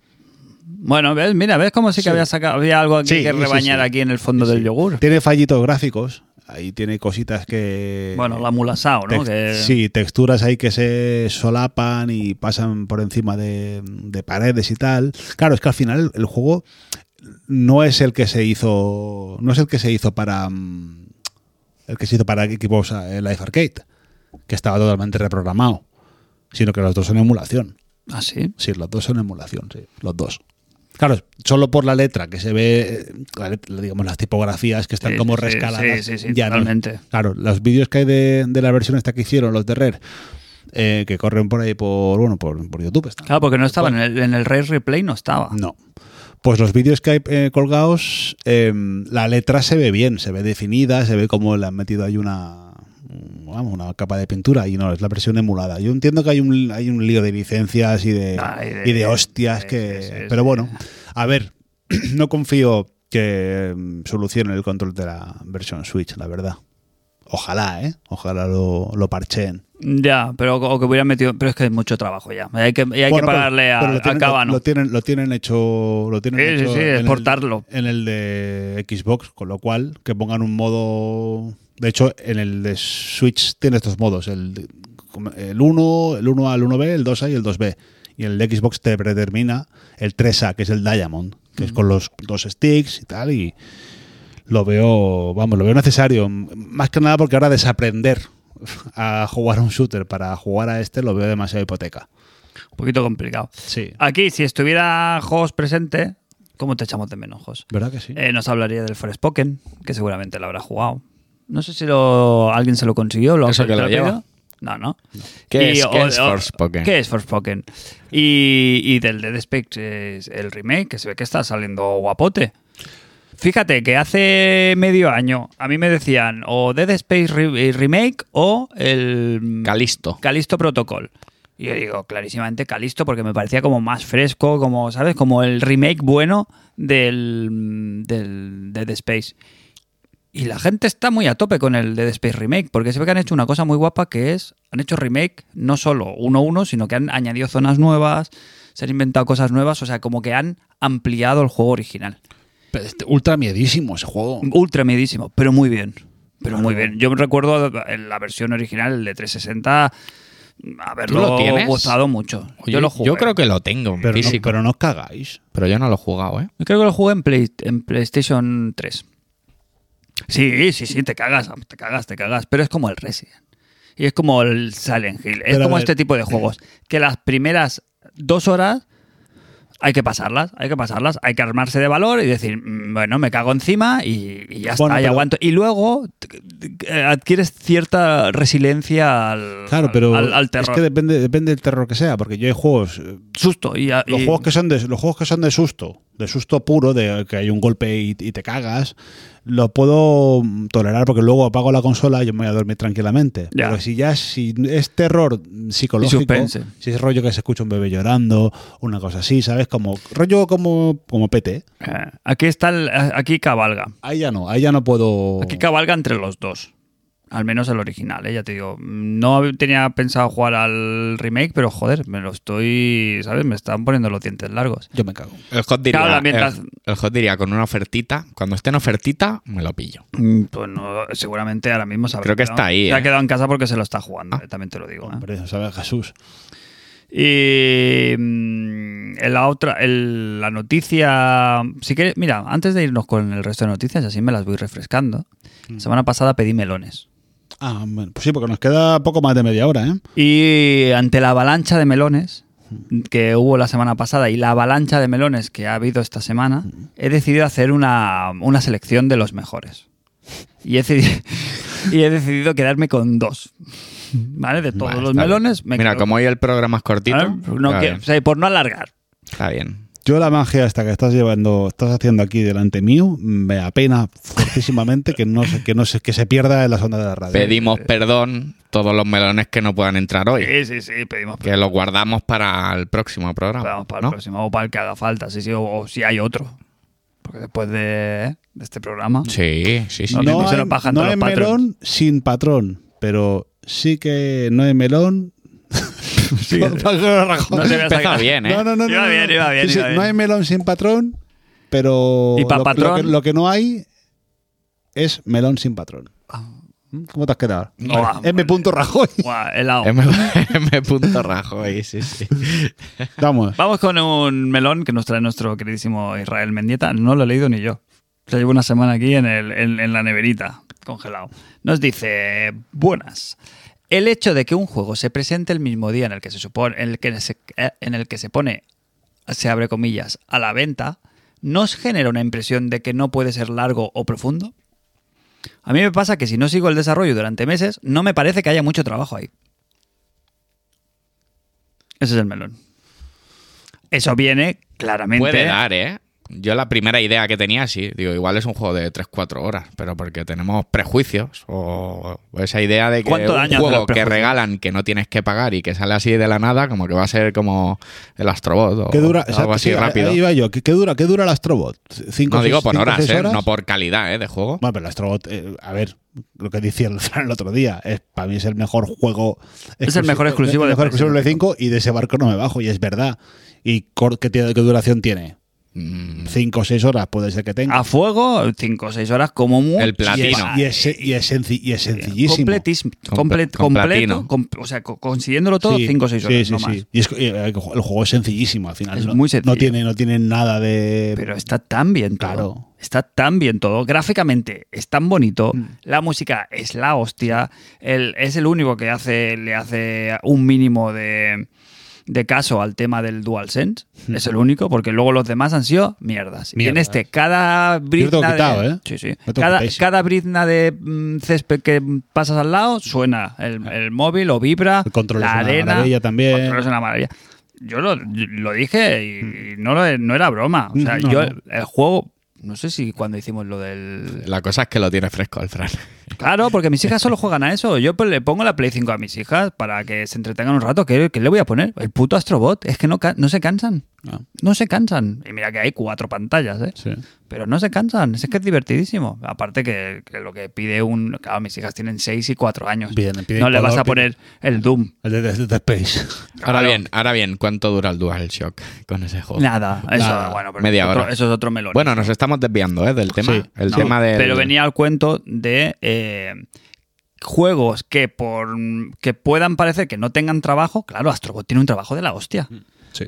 A: Bueno, ves, mira, ves cómo sí que
B: Sí.
A: había sacado, había algo aquí
B: Sí,
A: que
B: sí,
A: rebañar
B: sí.
A: aquí en el fondo del yogur.
B: Tiene fallitos gráficos. Ahí tiene cositas que.
A: Bueno, la mulasao, ¿no?
B: Tex-
A: Que-
B: Eh, Sí, texturas ahí que se solapan y pasan por encima de, de paredes y tal. Claro, es que al final el juego no es el que se hizo. No es el que se hizo para. mm, El que se hizo para equipos eh, Life Arcade, que estaba totalmente reprogramado. Sino que los dos son emulación.
A: Ah, sí.
B: Sí, los dos son emulación, sí, los dos. Claro, solo por la letra que se ve, eh, la let- digamos, las tipografías que están
A: Sí,
B: como
A: sí,
B: rescaladas.
A: sí, sí, sí,
B: no-
A: totalmente.
B: claro, los vídeos que hay de, de la versión esta que hicieron, los de Rare, eh, que corren por ahí por, bueno, por, por YouTube. están.
A: Claro, porque no estaba en el, en el Ray Replay, no estaba.
B: No. Pues los vídeos que hay eh, colgados, eh, la letra se ve bien, se ve definida, se ve como le han metido ahí una, un- vamos, una capa de pintura y no, es la versión emulada. Yo entiendo que hay un, hay un lío de licencias y de,
A: Ah, y de-
B: y de hostias
A: sí,
B: que...
A: sí, sí,
B: pero
A: sí.
B: bueno, a ver, [clears throat] no confío que mm, solucione el control de la versión Switch, la verdad. Ojalá, ¿eh? Ojalá lo, lo parcheen.
A: Ya, pero o que hubieran metido. Pero es que es mucho trabajo ya. Hay que, y hay
B: Bueno,
A: que
B: pero-
A: pagarle a,
B: pero lo
A: a
B: tienen-
A: Cábano.
B: Lo, lo tienen, lo tienen hecho. Lo tienen
A: Sí, sí,
B: hecho
A: sí,
B: en el-
A: exportarlo.
B: En el, de Xbox, con lo cual que pongan un modo. De hecho, en el de Switch tiene estos modos: el como el 1, el 1A al 1B, el 2A y el 2B. Y el Xbox te predetermina el 3A, que es el Diamond, que
A: Mm.
B: es con los dos sticks y tal. Y lo veo, vamos, lo veo necesario. Más que nada porque ahora desaprender [laughs] a jugar a un shooter para jugar a este lo veo demasiado hipoteca.
A: Un poquito complicado.
B: Sí.
A: Aquí, si estuviera Jos presente, ¿cómo te echamos de menos, Jos?
B: ¿Verdad que sí?
A: Eh, nos hablaría del Forspoken, que seguramente lo habrá jugado. No sé si lo, alguien se lo consiguió. ¿Lo ha
C: Eso que lo
A: conseguido?
C: lleva.
A: No, no.
C: ¿Qué es- qué es Forspoken?
A: ¿Qué es Forspoken? Y, y del Dead Space es el remake, que se ve que está saliendo guapote. Fíjate que hace medio año a mí me decían o Dead Space re- eh, Remake o el mm,
C: Calisto.
A: Calisto Protocol. Y yo digo, clarísimamente Calisto, porque me parecía como más fresco, como, ¿sabes? Como el remake bueno del, del Dead Space. Y la gente está muy a tope con el Dead Space Remake, porque se ve que han hecho una cosa muy guapa que es, han hecho remake no solo uno a uno, sino que han añadido zonas nuevas, se han inventado cosas nuevas, o sea, como que han ampliado el juego original.
B: Pero este- ultra miedísimo ese juego.
A: Ultra medísimo, pero muy bien. Pero muy bien. Yo recuerdo en la versión original, el de 360,
C: ¿Tú lo
A: haberlo
C: tienes?
A: gozado mucho.
C: Oye,
A: yo lo jugué.
C: creo que lo tengo en
B: Pero no,
C: físico,
B: pero no os cagáis.
C: pero yo no lo he jugado, ¿eh?
A: Yo creo que lo jugué en, Play- en PlayStation 3. Sí, sí, sí, te cagas, te cagas, te cagas. Pero es como el Resident. Y es como el Silent Hill. Es
B: Pero a
A: como
B: ver.
A: este tipo de juegos. Que las primeras dos horas hay que pasarlas, hay que pasarlas. Hay que armarse de valor y decir, "Mm, bueno, me cago encima y, y ya está,
B: Bueno,
A: y
B: pero-
A: aguanto. Y luego t- t- eh, adquieres cierta resiliencia al,
B: Claro, pero
A: al, al terror.
B: es que depende, depende del terror que sea, porque yo hay juegos, eh,
A: Susto. Y, a-
B: los
A: y-
B: juegos que son de los juegos que son de susto, de susto puro, de que hay un golpe y, y te cagas, lo puedo mm, tolerar porque luego apago la consola y yo me voy a dormir tranquilamente.
A: Ya.
B: Pero si ya si es terror mm,
A: Y
B: psicológico,
A: suspense.
B: si es rollo que se escucha un bebé llorando, una cosa así, ¿sabes? Como rollo como como PT.
A: eh, aquí está el- aquí cabalga.
B: Ahí ya no, ahí ya no puedo.
A: Aquí cabalga entre los dos. Al menos el original, ¿eh? ya te digo. No tenía pensado jugar al remake, pero joder, me lo estoy. ¿Sabes? Me están poniendo los dientes largos.
B: Yo me cago.
C: El hot diría,
A: Claro, mientras-
C: el- el Hot diría con una ofertita, cuando esté en ofertita, me lo pillo.
A: Mm, Pues no, seguramente ahora mismo se habrá
C: Creo que
A: quedado-
C: está ahí,
A: Se ha
C: ¿eh? Ah.
A: quedado en casa porque se lo está jugando, eh, también te lo digo. ¿eh?
B: Hombre, ¿sabes? Jesús.
A: Y mm, en la otra, en la noticia, si quieres, mira, antes de irnos con el resto de noticias, así me las voy refrescando. Semana pasada pedí melones.
B: Ah, bueno, pues sí, porque nos queda poco más de media hora, ¿eh?
A: Y ante la avalancha de melones que hubo la semana pasada y la avalancha de melones que ha habido esta semana, he decidido hacer una, una selección de los mejores. Y he, decidi- [laughs] y he decidido quedarme con dos. ¿Vale? De todos
C: Vale,
A: los
C: está
A: melones.
C: bien. Mira,
A: quedo-
C: como hoy el programa es cortito,
A: ¿Vale? Ah, No
C: está,
A: que-
C: bien,
A: o sea, por no alargar.
C: está bien.
B: Yo la magia esta que estás llevando, estás haciendo aquí delante mío, me apena fortísimamente que no se, que no se, que se pierda en las ondas de la radio.
C: Pedimos
A: eh,
C: perdón todos los melones que no puedan entrar hoy,
A: Sí, sí, sí, pedimos
C: que los guardamos para el próximo programa.
A: Vamos para el
C: ¿no?
A: próximo o para el que haga falta, sí, sí, o, o si hay otro. Porque después de, de este programa.
C: Sí, sí, sí.
A: No,
B: No
A: se
B: hay,
A: nos bajan
B: no
A: todos
B: hay
A: los patrons.
B: melón sin patrón, pero sí que no hay melón. con Paco Rajoy.
A: No te veas
C: Empezó
A: acá.
C: bien, ¿eh?
B: No, no, no,
A: Iba
B: no, no,
A: bien,
B: no.
A: iba bien,
B: Sí, sí,
A: iba bien.
B: No hay melón sin patrón, pero
A: Y pa'
B: lo- lo
A: patrón.
B: que- lo que no hay es melón sin patrón.
A: Ah.
B: ¿Cómo te has quedado?
A: [laughs] No, vamos.
B: M.
A: [laughs]
B: punto Rajoy.
A: Guau, helado.
C: M. [laughs] M. Rajoy, sí, sí.
B: Vamos.
A: Vamos con un melón que nos trae nuestro queridísimo Israel Mendieta. No lo he leído ni yo. Lo llevo una semana aquí en, el- en- en la neverita, congelado. Nos dice, buenas. El hecho de que un juego se presente el mismo día en el que se supone, en el que se, eh, en el que se pone, se abre comillas, a la venta, ¿nos genera una impresión de que no puede ser largo o profundo? A mí me pasa que si no sigo el desarrollo durante meses, no me parece que haya mucho trabajo ahí. Ese es el melón. Eso viene claramente.
C: Puede dar, ¿eh? Yo la primera idea que tenía, sí, digo, igual es un juego de 3-4 horas, pero porque tenemos prejuicios o esa idea de que
A: ¿Cuánto
C: un
A: daño hacen los
C: juego que
A: prejuicios?
C: regalan que no tienes que pagar y que sale así de la nada, como que va a ser como el Astrobot o
B: ¿Qué dura?
C: algo así
B: sí,
C: rápido.
B: Ahí va yo. ¿Qué, qué dura? ¿Qué dura el Astrobot? ¿Cinco,
C: No digo
B: seis-
C: por
B: cinco,
C: horas,
B: seis
C: ¿eh? No por calidad, ¿eh? De juego.
B: Bueno, pero el Astrobot, eh, a ver, lo que decía el Fran el otro día, es, para mí es el mejor juego.
A: Es el
B: exclusi-
A: mejor exclusivo
B: el
A: de
B: mejor exclusivo de
A: PlayStation
B: Play 5 y de ese barco no me bajo, y es verdad. ¿Y cor- qué, tiene- qué duración tiene?
C: mm,
B: 5 o 6 horas puede ser que tenga.
A: A fuego, 5 o 6 horas como mucho.
C: El
B: Y es-
C: Ah, platino.
B: Y es, y es senci- y es sencillísimo.
A: Completis-
C: Comple-
A: comple- completo,
C: complatino.
A: com- o sea, co- consiguiéndolo todo, 5 o 6 horas,
B: Sí, sí,
A: no
B: sí.
A: más.
B: Y es- y el juego es sencillísimo al final.
A: Es
B: no,
A: muy
B: no
A: sencillo.
B: tiene, no tiene nada de.
A: Pero está tan bien todo.
B: Eh, Claro. Mm.
A: Está tan bien todo. Gráficamente es tan bonito. La música es la hostia. El- es el único que hace, le hace un mínimo de, de caso al tema del DualSense. Es el único, porque luego los demás han sido mierdas. Y en
B: Mm. Mierdas.
A: este, cada
B: Yo te lo he
A: brizna.
B: quitado,
A: de,
B: ¿eh?
A: Sí, sí.
B: No te
A: Cada,
B: ocupéis.
A: cada brizna de mm, césped que pasas al lado suena. El, el móvil o vibra.
B: Ah. El control
A: la
B: es una
A: arena.
B: maravilla también.
A: El control es una maravilla. Yo lo, lo dije y, y no, lo- no era broma. O sea,
B: Mm. No,
A: yo
B: no.
A: el juego, no sé si cuando hicimos lo del...
C: La cosa es que lo tiene fresco el Fran.
A: Claro, porque mis hijas solo juegan a eso. Yo pues, le pongo la Play 5 a mis hijas para que se entretengan un rato. ¿Qué, qué le voy a poner? El puto Astrobot. Es que no, ca- no se cansan.
B: No.
A: No se cansan. Y mira que hay cuatro pantallas, ¿eh?
B: Ah. Sí.
A: Pero no se cansan. Es que es divertidísimo. Aparte que, que lo que pide un... Claro, mis hijas tienen seis y cuatro años.
B: Bien, piden
A: no le
B: color,
A: vas a
B: piden-
A: poner el Doom.
B: El de Dead Space.
C: Ahora
A: Claro.
C: bien, ahora bien, ¿cuánto dura el DualShock con ese juego?
A: Nada, eso,
B: Oh. Nada.
A: bueno, pero
C: Media
A: eso es otro-
C: hora.
A: eso es otro melón.
C: Bueno, nos estamos desviando ¿eh? del tema.
B: Sí,
C: el
A: No,
C: tema del-
A: Pero venía al cuento de eh, juegos que por que puedan parecer que no tengan trabajo, claro, Astrobot tiene un trabajo de la hostia.
B: Sí.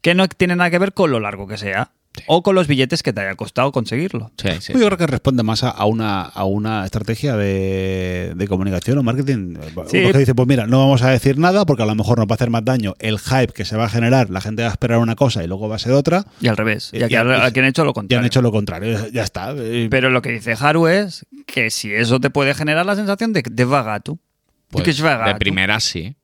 A: Que no tiene nada que ver con lo largo que sea. O con los billetes que te haya costado conseguirlo.
C: Sí, sí,
B: Pues Yo creo que responde más a, a una, a una estrategia de, de comunicación o marketing. Uno
A: Sí.
B: que dice, pues mira, no vamos a decir nada porque a lo mejor nos va a hacer más daño el hype que se va a generar, la gente va a esperar una cosa y luego va a ser otra.
A: Y al revés.
B: Eh,
A: Y aquí,
B: ya, pues,
A: aquí han hecho lo
B: Ya
A: contrario.
B: han hecho lo contrario, ya está. Eh,
A: Pero lo que dice Haru es que si eso te puede generar la sensación de, de vagato.
C: Pues,
A: que es vagato.
C: de primera sí.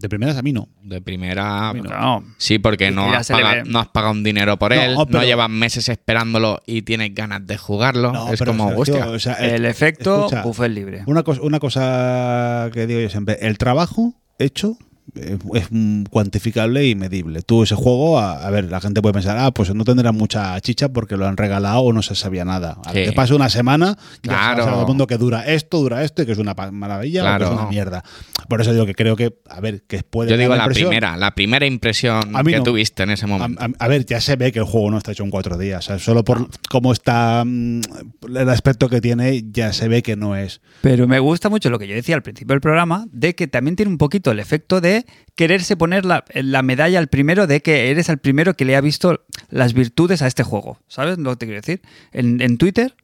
B: De primeras a mí no.
C: De primera.
A: No.
C: Sí, porque no
A: Ya
C: has,
A: se le
C: paga-
A: ve.
C: no has pagado un dinero por él,
B: No, pero-
C: no llevas meses esperándolo y tienes ganas de jugarlo.
B: No,
C: es
B: pero,
C: como,
B: Sergio,
C: hostia.
B: o sea,
A: El efecto
B: escucha,
A: buffet libre.
B: Una cosa, una cosa que digo yo siempre, el trabajo hecho eh, es mm, cuantificable y medible. Tú ese juego, a, a ver, la gente puede pensar, ah, pues no tendrá mucha chicha porque lo han regalado o no se sabía nada. A
C: Sí.
B: Que pase una semana, ya
C: Claro.
B: sabes a todo el mundo que dura esto, dura esto y que es una pa- maravilla o que es
C: Claro.
B: una mierda. Por eso digo que creo que, a ver, que puede
C: Yo
B: dar
C: digo la
B: impresión-
C: primera, la primera impresión
B: A mí
C: que
B: no.
C: tuviste en ese
B: a,
C: momento.
B: a- a ver, ya se ve que el juego no está hecho en cuatro días. o sea, Solo por cómo está mm, el aspecto que tiene, ya se ve que no es.
A: Pero me gusta mucho lo que yo decía al principio del programa, de que también tiene un poquito el efecto de quererse poner la, la medalla al primero, de que eres el primero que le ha visto las virtudes a este juego. ¿Sabes lo que te quiero decir? En, en Twitter,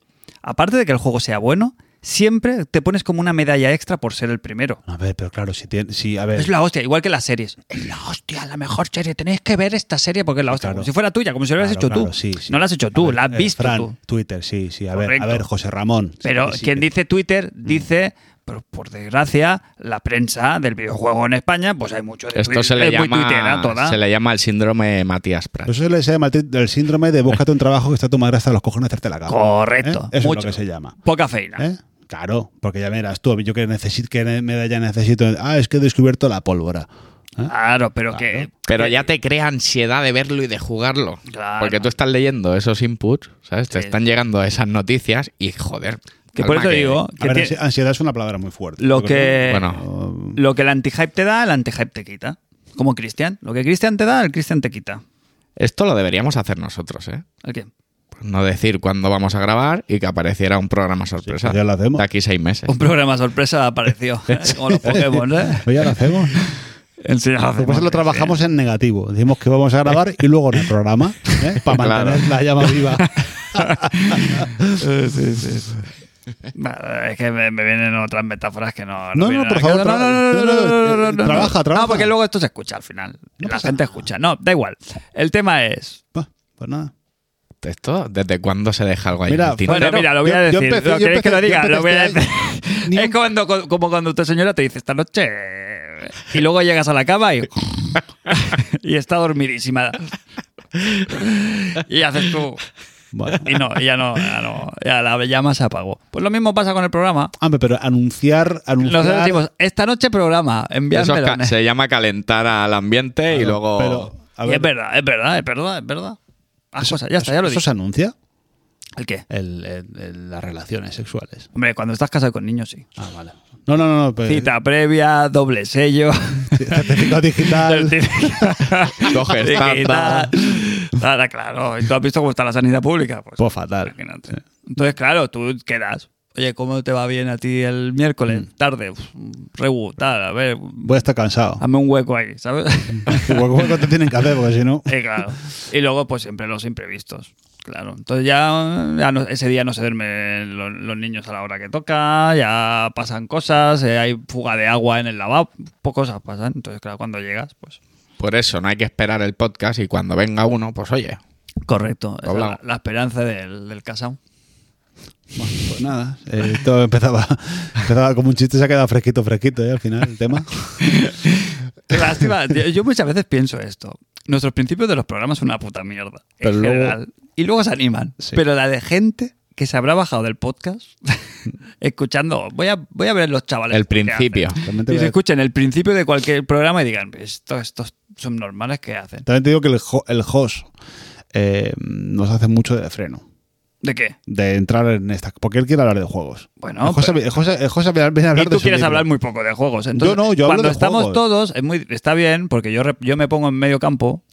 A: aparte de que el juego sea bueno, siempre te pones como una medalla extra por ser el primero.
B: A ver, pero claro, si tiene, si, a ver.
A: Es la hostia, igual que las series. Es la hostia, la mejor serie. Tenéis que ver esta serie porque es la hostia.
B: Claro.
A: Como si fuera tuya, como si lo hubieras
B: Claro,
A: hecho
B: claro,
A: tú.
B: sí, sí.
A: No la has hecho
B: A
A: tú,
B: ver,
A: la has
B: eh,
A: visto
B: Fran,
A: tú.
B: Twitter, sí, sí. A ver,
A: Correcto.
B: a ver, José Ramón.
A: Pero
B: Sí, sí,
A: quien
B: que- Mm.
A: dice Twitter dice, por, por desgracia, la prensa del videojuego en España, pues hay mucho de
C: Esto
A: tuit-
C: se le,
A: es muy
C: llama,
A: tuitera toda.
C: se le llama el síndrome Matías Prat.
B: Eso se le llama el tri- el síndrome de búscate un trabajo que está tu madre hasta los cojones de hacerte la cama.
A: Correcto,
B: ¿Eh? Eso
A: mucho.
B: es lo que se llama.
A: Poca feina.
B: ¿Eh? Claro, porque ya verás tú, yo que necesito, que medalla necesito. Ah, es que he descubierto la pólvora. ¿Eh?
A: Claro, pero que.
C: Pero
A: que-
C: ya te crea ansiedad de verlo y de jugarlo.
A: Claro.
C: Porque tú estás leyendo esos inputs, ¿sabes? Te
A: Sí.
C: están llegando esas noticias y joder.
A: Que por
C: calma
A: eso
C: que-
A: digo
B: A
A: que
B: ver,
A: tie-
B: ansi- ansiedad es una palabra muy fuerte.
A: lo,
B: Yo
A: que,
B: creo
C: Bueno,
A: lo que el anti-hype te da, el anti-hype te quita. Como Cristian. Lo que Cristian te da, el Cristian te quita.
C: esto lo deberíamos hacer nosotros, ¿eh?
A: ¿El qué?
C: No decir cuándo vamos a grabar y que apareciera un programa
B: Sí,
C: sorpresa.
B: pues ya lo hacemos.
C: De aquí seis meses.
A: Un programa sorpresa apareció. [laughs] como los
B: [laughs]
A: Pokémon, ¿eh?
B: Oye,
A: [laughs]
B: lo hacemos.
A: Enseñado.
B: Después lo trabajamos en negativo. Decimos que vamos a grabar y luego en el programa,
A: [laughs]
B: ¿eh? para
C: Claro.
B: mantener la llama viva.
A: Vale, Es que me, me vienen otras metáforas que no.
B: No, no,
A: vienen
B: por
A: a la
B: favor,
A: cabeza.
B: tra-
A: No, no, no,
B: no, no,
A: no, no, no,
B: eh,
A: no.
B: trabaja, trabaja.
A: No, porque luego esto se escucha al final. la
B: pasa
A: gente escucha. No, da igual. El tema es.
B: Bah, Pues nada.
C: ¿Esto? ¿Desde cuándo se deja algo ahí?
B: Mira,
C: en el tintero?
A: Bueno,
B: Pero
A: mira, lo voy a
B: yo- yo
A: decir.
B: empecé-
A: ¿No
B: yo
A: ¿Quieres que lo
B: empecé-
A: diga?
B: yo
A: Lo voy a
B: empecé
A: decir. [laughs]
B: ni
A: Es
B: un-
A: cuando, co- como cuando tu señora te dice esta noche. Y luego llegas a la cama y. [laughs] y está dormidísima. y haces tú.
B: Bueno.
A: Y no, ya no, ya no. Ya la llama se apagó. Pues lo mismo pasa con el programa.
B: Ah, Hombre, pero anunciar, anunciar.
A: Nosotros decimos, esta noche programa, enviar
C: Eso es ca-
A: melones.
C: se llama calentar al ambiente y
B: Claro,
C: luego.
B: pero, a
A: Y
B: ver,
A: es verdad, es verdad, es verdad, es verdad. Haz cosas, ya está, ya lo
B: ¿Eso
A: digo.
B: se anuncia?
A: ¿El qué?
B: El- el- el- las relaciones sexuales.
A: Hombre, cuando estás casado con niños, sí.
B: Ah, vale. No, no, no, pues, no. pero- [laughs]
A: Cita previa, doble sello. [laughs]
B: Certificado digital.
A: certificado
C: [laughs]
A: [laughs]
C: Coges
A: digital.
C: tanta.
A: Nada, claro. ¿Y tú has visto cómo está la sanidad pública? Pues,
B: Pues fatal.
A: imagínate. Entonces, claro, tú quedas. Oye, ¿cómo te va bien a ti el miércoles?
B: Mm.
A: Tarde, uf, rebu, tal, a ver,
B: Voy a estar cansado.
A: hazme un hueco ahí, ¿sabes?
B: Mm. Hueco te tienen que hacer, porque si no. [laughs]
A: Eh, claro. Y luego, pues siempre los imprevistos. Claro. Entonces ya, ya no- ese día no se duermen lo- los niños a la hora que toca, ya pasan cosas, eh, hay fuga de agua en el lavabo, po- cosas pasan. Entonces, claro, cuando llegas, pues.
C: Por eso no hay que esperar el podcast y cuando venga uno, pues oye,
A: Correcto. Esa es la,
C: Hablamos.
A: la esperanza del, del casao.
B: Bueno, pues nada, eh, todo empezaba, empezaba como un chiste, se ha quedado fresquito, fresquito, ¿eh? al final el tema.
A: Qué lástima. Yo, yo muchas veces pienso esto. Nuestros principios de los programas son una puta mierda. en
B: Pero luego-
A: general. Y luego se animan.
B: Sí.
A: Pero la de gente que se habrá bajado del podcast [laughs] escuchando. Voy a, voy a ver los chavales.
C: el
A: qué hacen.
C: principio.
B: También te,
A: Y
B: voy
A: se
B: a-
A: escuchen el principio de cualquier programa y digan, estos, estos son normales que hacen.
B: también te digo que el, ho- el host eh, nos hace mucho de freno.
A: ¿De qué?
B: De entrar en estas. Porque él quiere hablar de juegos.
A: Bueno,
B: el José,
A: pero-
B: el José- el José viene a hablar
A: Y
B: de
A: tú
B: su
A: quieres
B: libro.
A: hablar muy poco de juegos. Entonces,
B: Yo no, yo hablo
A: cuando
B: de
A: estamos
B: juegos.
A: todos, es muy, está bien, porque yo, rep- yo me pongo en medio campo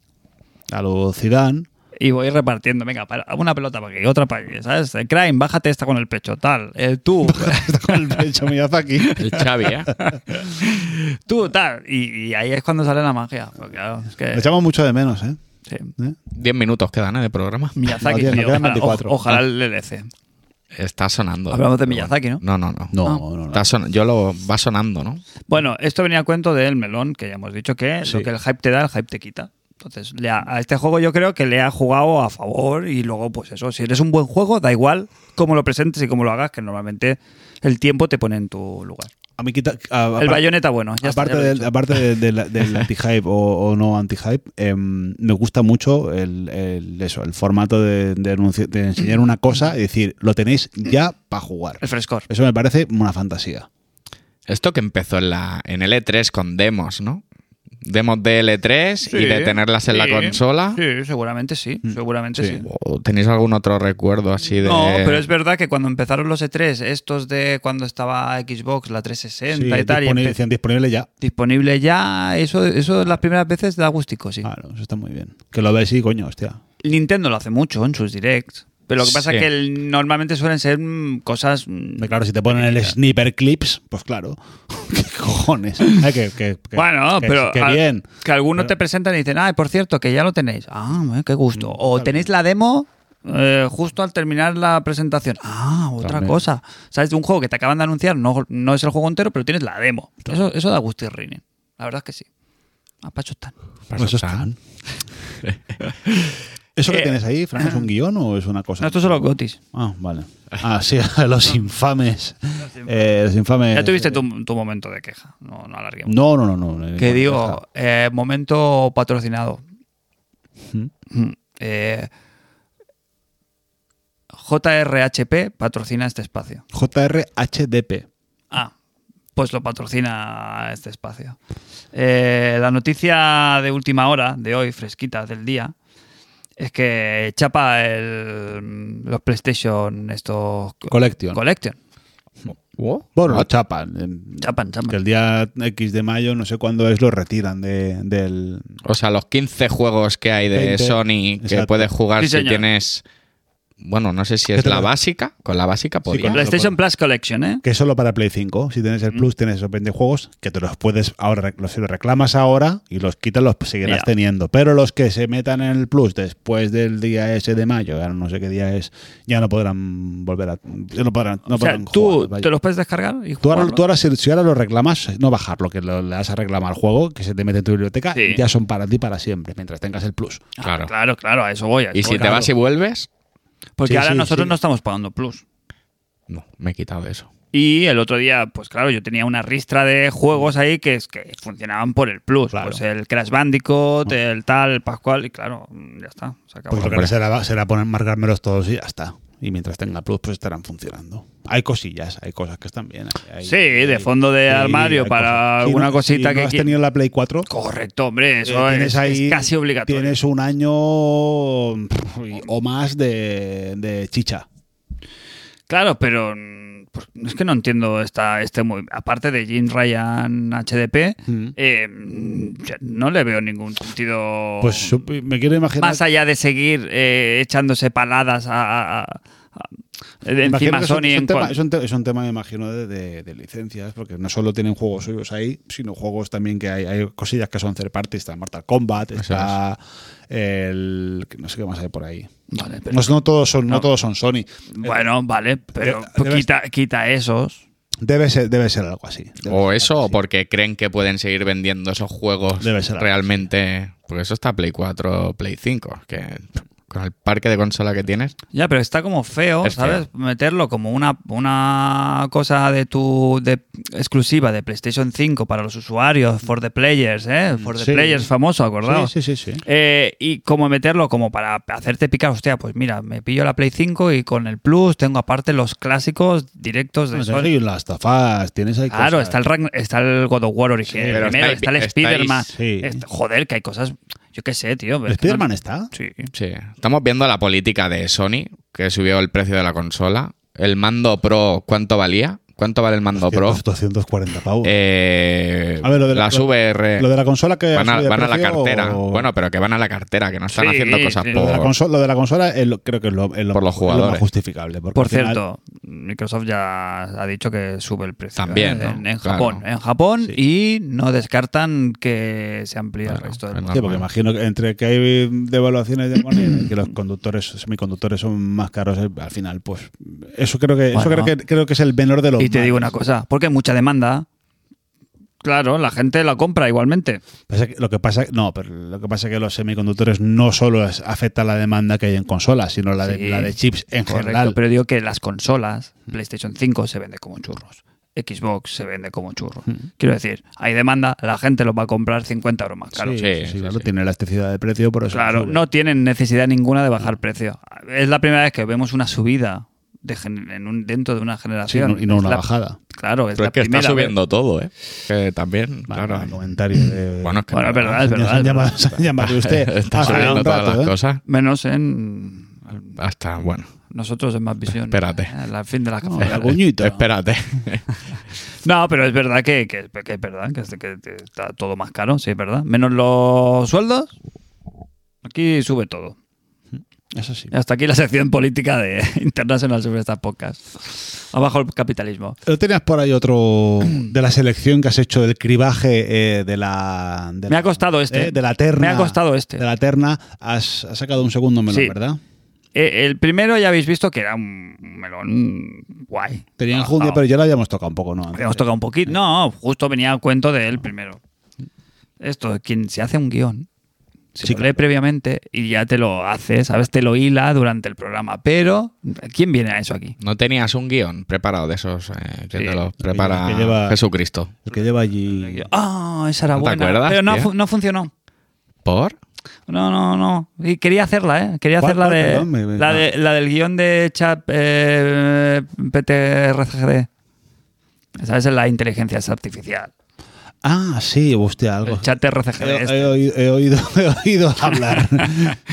B: A lo [laughs] Zidane.
A: y voy repartiendo. Venga, para, una pelota para aquí, otra para aquí, ¿sabes? Eh, Crane, bájate esta con el pecho, tal. Eh,
B: [laughs]
A: tú,
B: Está con el
A: [laughs]
B: pecho Miyazaki.
C: El Xavi, ¿eh?
A: tú, tal. Y, y ahí es cuando sale la magia. Porque, claro, es que-
B: Lo echamos mucho de menos, ¿eh?
A: sí.
B: ¿Eh?
C: Diez minutos quedan ¿eh? de programa.
A: Miyazaki,
B: No, tío,
A: tío,
B: nos quedan
A: ojalá,
B: 24.
A: o- ojalá el LC.
C: Está sonando.
A: Hablamos de
C: Pero
A: Miyazaki, ¿no?
C: bueno. No, no, no.
A: Ah.
B: No, no, no.
C: Está son- Yo lo va sonando, ¿no?
A: Bueno, esto venía a cuento del melón, que ya hemos dicho que
B: Sí.
A: lo que el hype te da, el hype te quita. Entonces, le ha- a este juego yo creo que le ha jugado a favor y luego, pues eso, si eres un buen juego, da igual cómo lo presentes y cómo lo hagas, que normalmente el tiempo te pone en tu lugar.
B: A mí quita. a-
A: el
B: aparte-
A: bayoneta, bueno, ya está,
B: aparte
A: ya lo he
B: del,
A: dicho.
B: aparte de- de la-
A: [laughs]
B: del anti-hype o, o no anti-hype, em, me gusta mucho el, el- eso, el formato de, de anuncio- de enseñar una cosa y decir, lo tenéis ya para jugar.
A: el frescor.
B: Eso me parece una fantasía.
C: Esto que empezó en, la, en el E3 con demos, ¿no? Demos de L3 y de tenerlas en la consola.
A: Sí, seguramente sí, seguramente
B: Mm. Sí.
A: sí.
C: ¿O ¿Tenéis algún otro recuerdo así de.?
A: No, pero es verdad que cuando empezaron los E3, estos de cuando estaba Xbox, la 360
B: Sí,
A: y tal, y
B: disponi-
A: empe-
B: decían disponible ya.
A: disponible ya, eso, eso las primeras veces da gustico, sí.
B: Claro, eso está muy bien. Que lo veis y coño, hostia.
A: Nintendo lo hace mucho en sus directs. Pero lo que pasa
C: Sí.
A: es que el- normalmente suelen ser mm, cosas. mm,
B: Hombre, Claro, si te ponen el sniper clips,
A: [coughs]
B: pues claro. [laughs] ¿Qué cojones? Ay, que, que-
A: [laughs]
B: que-
A: bueno,
B: que-
A: pero.
B: Que
A: a-
B: bien.
A: Que algunos
B: Pero-
A: te presentan y dicen, ah, por cierto, que ya lo tenéis. Ah, eh, qué gusto.
B: Mm,
A: O tenéis la demo eh, justo al terminar la presentación. Ah, otra
B: También.
A: cosa. ¿Sabes? De un juego que te acaban de anunciar, no, no es el juego entero, pero tienes la demo. Eso, eso da gusto y rinen. La verdad es que sí. Apacho están.
C: Paso
B: Eso
C: tan.
A: [laughs]
B: están. ¿Eso que
A: Eh,
B: tienes ahí, Fran, es
A: [coughs]
B: un guión o es una cosa?
A: No, estos son los gotis.
B: Ah, vale. Ah, sí, [laughs] los infames. Eh, los infames.
A: Ya tuviste tu, tu momento de queja. No, no alarguemos.
B: No, no, no, no.
A: Que
B: Eh,
A: digo, eh, momento patrocinado.
B: Ujú.
A: Mm, eh, JRHP patrocina este espacio.
B: JRHDP.
A: Ah, pues lo patrocina este espacio. Eh, la noticia de última hora, de hoy, fresquita del día, es que chapa el, los PlayStation estos
B: Collection.
A: Collection.
B: bueno, lo chapan. eh,
A: Chapan, chapan.
B: Que el día X de mayo, no sé cuándo es, lo retiran de, del.
C: O sea, los 15 juegos que hay de
B: 20,
C: Sony que
B: exacto.
C: puedes jugar
A: Sí,
C: si
A: señor.
C: tienes. Bueno, no sé si
B: ¿Qué
C: es
B: te
C: la
B: parece?
C: básica. Con la básica podía.
B: con la-
A: PlayStation Plus Collection, ¿eh?
B: Que es solo para Play 5. Si tienes
A: Mm.
B: el Plus, tienes esos 20 juegos que te los puedes. ahora rec- los, si los reclamas ahora y los quitas, los seguirás
A: Ya.
B: teniendo. Pero los que se metan en el Plus después del día ese de mayo, ahora no sé qué día es, ya no podrán volver a. ya No podrán, no
A: o sea,
B: podrán
A: tú
B: jugar, vaya.
A: te los puedes descargar y
B: Tú ahora,
A: jugarlo?
B: tú ahora si, si ahora lo reclamas, no bajarlo, que lo- le das a reclamar al juego, que se te mete en tu biblioteca,
A: Sí.
B: ya son para ti para siempre, mientras tengas el plus.
A: Ah,
C: Claro.
A: claro, claro, a eso voy. a
C: Y
A: eso
C: si
A: voy.
C: te vas y vuelves.
A: Porque
B: Sí,
A: ahora
B: sí,
A: nosotros
B: sí.
A: no estamos pagando Plus.
C: No, me he quitado eso.
A: Y el otro día, pues claro, yo tenía una ristra de juegos ahí que, es- que funcionaban por el Plus.
B: Claro.
A: Pues el Crash Bandicoot, el tal, el Pascual, y claro, ya está. Se acabó.
B: Pues lo que
C: Hombre.
B: haré será, será poner marcármelos todos y ya está. Y mientras tenga el plus, pues estarán funcionando. Hay cosillas, hay cosas que están bien. hay- hay-
A: Sí, de
B: hay-
A: fondo de
B: sí,
A: armario
B: hay
A: para
B: cosas. Si
A: alguna
B: no-
A: cosita
B: si
A: que
B: no has
A: qui-
B: tenido la Play 4.
A: Correcto, hombre, eso
B: eh,
A: es,
B: tienes ahí-
A: es casi obligatorio.
B: Tienes un año pff, y- o más de, de chicha.
A: Claro, pero mm, pues, es que no entiendo esta, este movi- Aparte de Jim Ryan HDP, eh, mm, ya no le veo ningún sentido
B: Pues sup- me quiero imaginar.
A: más allá de seguir eh, echándose paladas a, a- a- a- de
B: imagino
A: encima
B: que es
A: Sony.
B: un- es, un
A: en
B: tema,
A: cuan-
B: es, un te- es un tema, me imagino, de, de- de licencias, porque no solo tienen juegos suyos ahí, sino juegos también que hay, hay cosillas que son third party, está Mortal Kombat, está el... que no sé qué más hay por ahí.
A: Vale, pero-
B: No, no todos son, no.
A: No.
B: todos son Sony.
A: bueno, vale, pero
B: eh,
A: pues,
B: debes-
A: quita, quita esos.
B: Debe ser, debe ser algo así. Debe
C: O
B: ser
C: eso,
B: algo
C: o
B: así.
C: porque creen que pueden seguir vendiendo esos juegos
B: Debe ser algo
C: realmente. Porque eso está Play 4, Play 5. Que pff, con el parque de consola que tienes.
A: Ya, pero está como feo,
C: Es
A: ¿sabes? Meterlo como una, una cosa de tu de, exclusiva de PlayStation 5 para los usuarios, for the players, ¿eh? For the
B: Sí.
A: players famoso, acordaos.
B: Sí, sí, sí. sí.
A: Eh, y como meterlo como para hacerte picar, hostia, pues mira, me pillo la Play 5 y con el Plus tengo aparte los clásicos directos de
B: No,
A: Sony.
B: Sergio, las tafas, tienes ahí
A: Claro,
B: cosas.
A: está el, Ragn- está el God of War original,
C: Sí, pero
A: primero,
C: estáis-
A: está el
C: estáis-
A: Spider-Man.
B: sí.
A: Est- joder, que hay cosas, yo qué sé, tío.
B: ¿El Spider-Man está?
A: Sí.
C: Sí. Estamos viendo la política de Sony, que subió el precio de la consola. El mando Pro, ¿cuánto valía? ¿Cuánto vale el mando Pro?
B: 240 pavos.
C: Eh,
B: A ver, lo de la-
C: las VR.
B: lo de la consola que
C: van
B: ha
C: a,
B: subido de
C: van a la
B: precio,
C: cartera.
B: o-
C: Bueno, pero que van a la cartera, que no están
A: Sí,
C: haciendo cosas
A: sí.
B: Lo de la
C: por.
B: consola, lo de la consola es lo- creo que es lo, es lo-
C: Por los
B: es lo
C: jugadores.
B: más justificable. porque
A: Por
B: al final-
A: cierto, Microsoft ya ha dicho que sube el precio
C: También,
A: ¿eh?
C: ¿no?
A: en, en
C: Claro.
A: Japón, en Japón
B: Sí.
A: y no descartan que se amplíe el
C: Claro,
A: resto del
C: bueno.
A: mundo.
B: Sí, porque imagino que entre que hay devaluaciones de moneda y que
C: [clears throat]
B: los conductores, semiconductores son más caros, eh, al final, pues eso creo que eso
A: Bueno.
B: creo que creo que es el menor de los
A: Y te digo una
B: males.
A: cosa, porque hay mucha demanda. Claro, la gente la compra igualmente.
B: Pasa que- lo que pasa, no, pero lo que pasa es que los semiconductores no solo es- afecta la demanda que hay en consolas, sino la de,
A: Sí.
B: la de chips en
A: Correcto,
B: general.
A: pero digo que las consolas, PlayStation 5 se vende como churros. Xbox se vende como churros.
B: Hmm.
A: Quiero decir, hay demanda, la gente lo va a comprar 50 euros más caro.
B: sí,
C: Sí,
B: sí,
C: sí,
B: claro,
C: sí.
B: tiene elasticidad de precio, por eso.
A: Claro,
B: sube.
A: no tienen necesidad ninguna de bajar
B: Hmm.
A: precio. Es la primera vez que vemos una subida de gen- en un- dentro de una
B: Sí,
A: generación.
B: no- y no
A: Es
B: una
A: la-
B: bajada.
A: Claro, es
C: Pero
A: la
C: es que
A: primera
C: está
A: vez.
C: subiendo todo, ¿eh? Que también,
B: Vale,
C: claro.
B: el comentario de- Ah,
C: Bueno, es que
A: Bueno, es verdad, es
B: Se han
A: verdad. es
B: llamado-
A: verdad.
B: se han llamado
A: [laughs]
B: de usted.
C: Está
B: hace
C: subiendo
B: un
C: todas
B: rato,
C: las
B: ¿eh?
C: cosas.
A: Menos en
C: Hasta, bueno,
A: nosotros en más visión.
C: Espérate.
A: Al fin de la
B: No,
A: cafetería.
B: Arguñito.
C: espérate. [laughs]
A: No, pero es verdad que, que- que es verdad que, es- que está todo más caro, sí, es verdad. Menos los sueldos. Aquí sube todo.
B: Eso sí.
A: Y Hasta aquí la sección política de [laughs] International sobre estas podcast. Abajo el capitalismo.
B: ¿No tenías por ahí otro de la selección que has hecho del cribaje eh, de la. de
A: Me
B: la-
A: ha costado este.
B: eh, de la terna.
A: Me ha costado este.
B: De la terna. Has, has sacado un segundo melón,
A: Sí.
B: ¿verdad?
A: Eh, el primero ya habéis visto que era un melón guay.
B: Tenía
A: Ah,
B: enjundia,
A: ah,
B: pero ya lo habíamos tocado un poco, ¿no?
A: Habíamos tocado un poquito. No, justo venía al cuento de él primero. Esto, quien se hace un guión, se
B: Sí,
A: lo lee previamente y ya te lo hace, ¿sabes? Te lo hila durante el programa. Pero, ¿quién viene a eso aquí?
C: No tenías un guión preparado de esos eh, que
A: Sí.
C: te los prepara
B: que lleva-
C: Jesucristo.
B: El que lleva allí.
A: Ah, esa era
C: ¿No te
A: buena.
C: acuerdas,
A: pero no,
C: tío?
A: fu- no funcionó.
C: ¿Por?
A: No, no, no. Y quería hacerla, ¿eh? Quería
B: ¿Cuál,
A: hacer la
B: cuál?
A: de,
B: Perdón, me- ah. me-
A: la, de- la del guión de chat eh, PTRCGD. ¿Sabes? La inteligencia artificial.
B: Ah, sí, hostia, algo.
A: El chat RCGD.
B: He,
A: este.
B: he oído, he, oído, [laughs] he oído
A: [laughs]
B: hablar.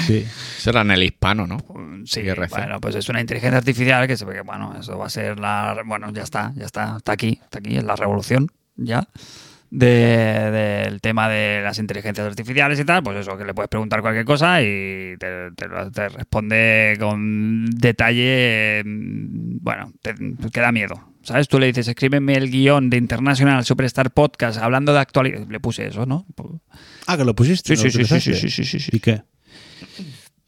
B: sí.
C: Eso era en el hispano, ¿no?
A: Sí,
C: IRC.
A: bueno, pues es una inteligencia artificial que se ve que, bueno, eso va a ser la. Bueno, ya está, ya está, está aquí, está aquí, es la revolución, ya. de- Del tema de las inteligencias artificiales y tal, pues eso, que le puedes preguntar cualquier cosa y te, te lo- te responde con detalle. eh, Bueno, te, te da miedo. ¿Sabes? Tú le dices, escríbeme el guión de International Superstar Podcast hablando de actualidad. Le puse eso, ¿no? Pues,
B: Ah, que lo pusiste.
A: Sí, sí,
B: ¿Lo
A: sí, sí,
B: utilizaste?
A: sí, sí, sí, sí, sí.
B: ¿Y qué?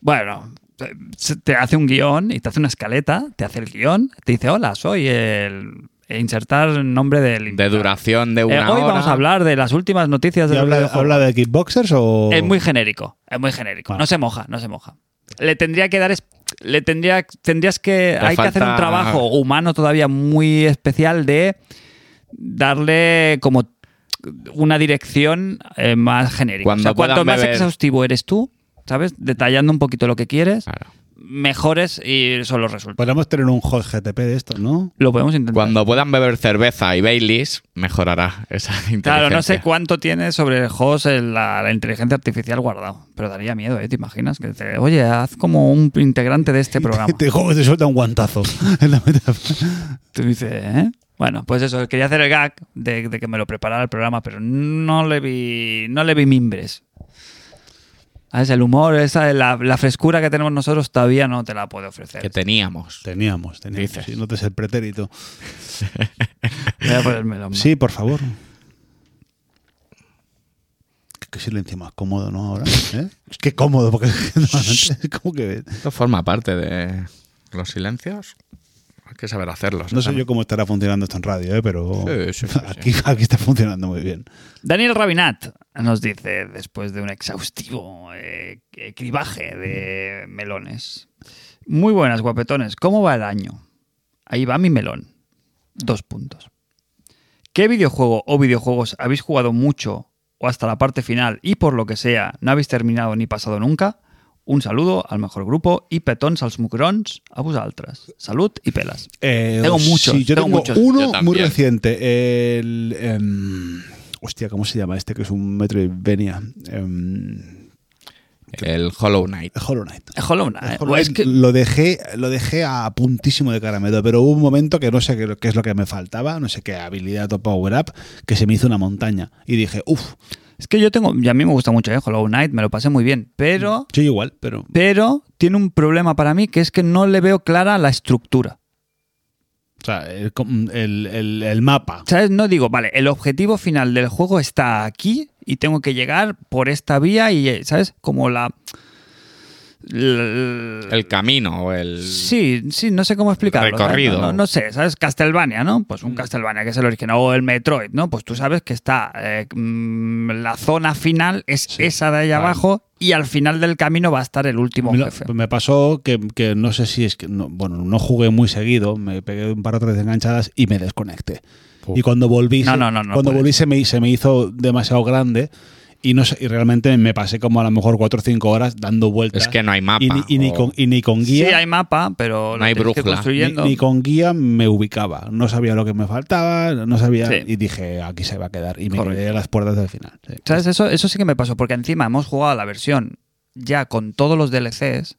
A: Bueno, te- se- te hace un guión y te hace una escaleta, te hace el guión, te dice, hola, soy el... e insertar nombre del...
C: De duración de
A: Eh,
C: una
A: hoy
C: hora.
A: vamos a hablar de las últimas noticias
B: ¿Y
A: del
B: habla,
A: videojuego.
B: habla de kickboxers o.?
A: Es muy genérico, es muy genérico.
B: Vale.
A: No se moja, no se moja. Le tendría que dar... es- Le tendría, tendrías que... hay que hacer un
C: falta-
A: trabajo humano todavía muy especial de darle como una dirección eh, más genérica.
C: Cuando
A: o sea, cuanto
C: puedan
A: más
C: beber-
A: exhaustivo eres tú, ¿sabes? Detallando un poquito lo que quieres,
C: Claro.
A: mejores y son los resultados.
B: Podríamos tener un hot GTP de esto, ¿no?
A: Lo podemos intentar.
C: Cuando puedan beber cerveza y Baileys, mejorará esa [laughs] inteligencia.
A: Claro, no sé cuánto tiene sobre el host el- la, la inteligencia artificial guardado, pero daría miedo, ¿eh? ¿Te imaginas? Que te- oye, haz como un integrante de
B: [laughs]
A: este programa.
B: Te digo que te suelta
A: [laughs]
B: un guantazo. [laughs] en la mitad.
A: Tú dices, ¿eh? Bueno, pues eso, quería hacer el gag de, de que me lo preparara el programa, pero no le vi, no le vi mimbres. Ah, Es el humor, esa, la, la frescura que tenemos nosotros todavía no te la puede ofrecer.
C: Que teníamos.
B: Teníamos, teníamos.
C: Dices.
B: Si no te es el pretérito.
A: Voy a ponérmelo, hombre.
B: Sí, por favor. Qué- Qué silencio más cómodo, ¿no? Ahora. ¿eh? Qué cómodo, porque [laughs] normalmente es como que.
A: Pues
C: Esto forma parte de los silencios. Hay que saber hacerlos.
B: No sé
C: ¿sabes?
B: yo cómo estará funcionando esto en radio, ¿eh? pero
C: Sí, sí, sí, sí.
B: [laughs] aquí, aquí está funcionando muy bien.
A: Daniel Rabinat nos dice, después de un exhaustivo eh, eh, cribaje de melones, muy buenas guapetones, ¿cómo va el año? Ahí va mi melón. Dos puntos. ¿Qué videojuego o videojuegos habéis jugado mucho o hasta la parte final y por lo que sea no habéis terminado ni pasado nunca? Un saludo al mejor grupo y petons als mugrons a vosaltres. Salud y pelas.
B: Eh,
A: Tengo muchos,
B: sí, yo
A: tengo
B: tengo,
A: muchos.
C: Yo
B: uno
C: también.
B: muy reciente. El, em, hostia, ¿cómo se llama este? Que es un Metroidvania. Em,
C: El Hollow Knight.
B: Hollow Knight.
A: Hollow Knight.
B: Hollow
A: Es Ah, pues
B: Knight
A: que-
B: lo, dejé, lo dejé a puntísimo de caramelo, pero hubo un momento que no sé qué, qué es lo que me faltaba, no sé qué habilidad o power up, que se me hizo una montaña. Y dije, uff,
A: Es que yo tengo, y a mí me gusta mucho, ¿eh? Hollow Knight, me lo pasé muy bien, pero,
B: yo igual, pero
A: pero tiene un problema para mí que es que no le veo clara la estructura.
B: o sea, el, com- el- el- el mapa.
A: ¿Sabes? No digo, vale, el objetivo final del juego está aquí y tengo que llegar por esta vía y, eh, ¿sabes? Como la... l-
C: El camino o el.
A: Sí, sí, no sé cómo explicarlo. ¿sabes?
C: Recorrido.
A: No, no- no sé, ¿sabes? Castlevania, ¿no? Pues un Castlevania que es el original. O el Metroid, ¿no? Pues tú sabes que está. eh, mm, la zona final es esa de ahí abajo y al final del camino va a estar el último
B: Me, lo-
A: jefe.
B: me pasó que, que no sé si es que, no- bueno, no jugué muy seguido, me pegué un par o tres enganchadas y me desconecté.
C: Puf.
B: Y cuando volví,
A: No,
B: se-
A: no, no, no
B: cuando
A: puedes.
B: volví se me, se me hizo demasiado grande y, no sé- y realmente me pasé como a lo mejor cuatro o cinco horas dando vueltas.
C: Es que no hay mapa.
B: y, ni, y ni
C: o-
B: con, y ni con
A: Sí,
B: guía.
A: hay mapa, pero lo
C: No hay
A: tienes que ir
C: brújula.
B: ni,
A: construyendo.
B: ni con guía me ubicaba, no sabía lo que me faltaba, no sabía
A: Sí.
B: y dije aquí se va a quedar y me
A: Correcto.
B: quedé a las puertas del final. sí.
A: ¿Sabes? Eso, eso sí que me pasó, porque encima hemos jugado a la versión ya con todos los DLCs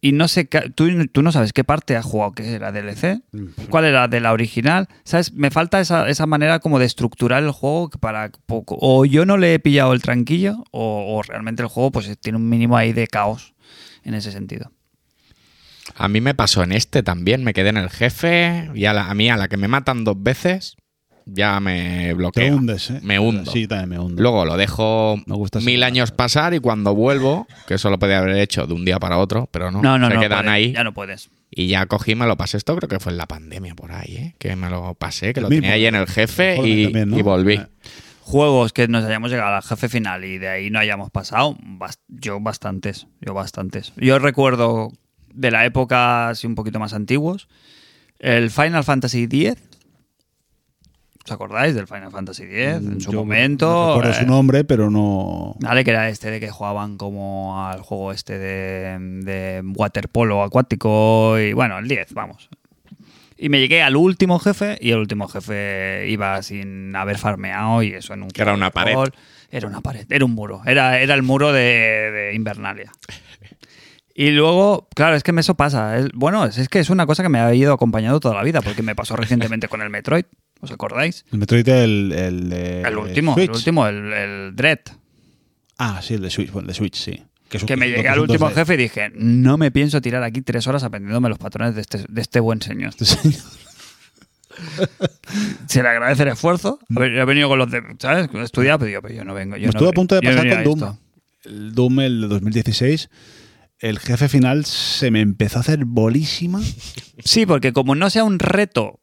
A: y no sé, ca- tú, tú no sabes qué parte has jugado, que era DLC,
C: Mm.
A: cuál era de la original, ¿sabes? Me falta esa, esa manera como de estructurar el juego que para poco. O yo no le he pillado el tranquillo, o, o realmente el juego pues tiene un mínimo ahí de caos en ese sentido.
C: A mí me pasó en este también. Me quedé en el jefe y a, la- a mí a la que me matan dos veces ya me bloqueo.
B: Te hundes, ¿eh?
C: Me hundo.
B: Sí, también me hundo.
C: Luego lo dejo
B: Me gusta ese
C: mil
B: plan.
C: años pasar y cuando vuelvo, que eso lo podía haber hecho de un día para otro, pero no,
A: No, no,
C: se
A: no.
C: quedan
A: puedes,
C: ahí.
A: Ya no puedes.
C: Y ya cogí, me lo pasé. Esto creo que fue en la pandemia por ahí, ¿eh? que me lo pasé, que
B: El
C: lo
B: mismo,
C: tenía ahí en el
B: el
C: jefe
B: joven
C: y,
B: también, ¿no?
C: y volví.
B: Ah.
A: Juegos que nos hayamos llegado al jefe final y de ahí no hayamos pasado, bas- yo bastantes, yo bastantes. Yo recuerdo de la época así un poquito más antiguos, el Final Fantasy X. ¿Os acordáis del Final Fantasy X? En su
B: Mm, Yo no
A: momento.
B: recuerdo
A: eh,
B: su nombre, pero no.
A: Vale, que era este de que jugaban como al juego este de, de waterpolo acuático y bueno, el 10, vamos. Y me llegué al último jefe y el último jefe iba sin haber farmeado y eso en un...
C: Que era una
A: juego de
C: pared.
A: rol. Era una pared, era un muro, era, era el muro de, de
C: [laughs]
A: Invernalia. Y luego, claro, es que eso pasa. Es- bueno, es, es que es una cosa que me ha ido acompañando toda la vida porque me pasó recientemente con el Metroid, ¿os acordáis?
B: El Metroid, el. El, de
C: Eh,
A: El último,
B: Switch.
A: el último, el, el Dread.
B: Ah, sí, el de Switch. Bueno, el de Switch, sí. es un-
A: que me
B: lo
A: llegué
B: que
A: al
B: son
A: último
B: 12.
A: jefe y dije, no me pienso tirar aquí tres horas aprendiéndome los patrones de este, de este buen señor. Se le agradece el esfuerzo. Haber, he venido con los de, ¿sabes? He estudiado, pero, yo- pero yo no vengo. Yo
B: Me
A: no
B: estuvo a
A: ven-
B: punto de
A: yo no
B: pasar
A: venía a
B: con Doom.
A: esto.
B: El Doom, el de 2016. El jefe final se me empezó a hacer bolísima.
A: Sí, porque como no sea un reto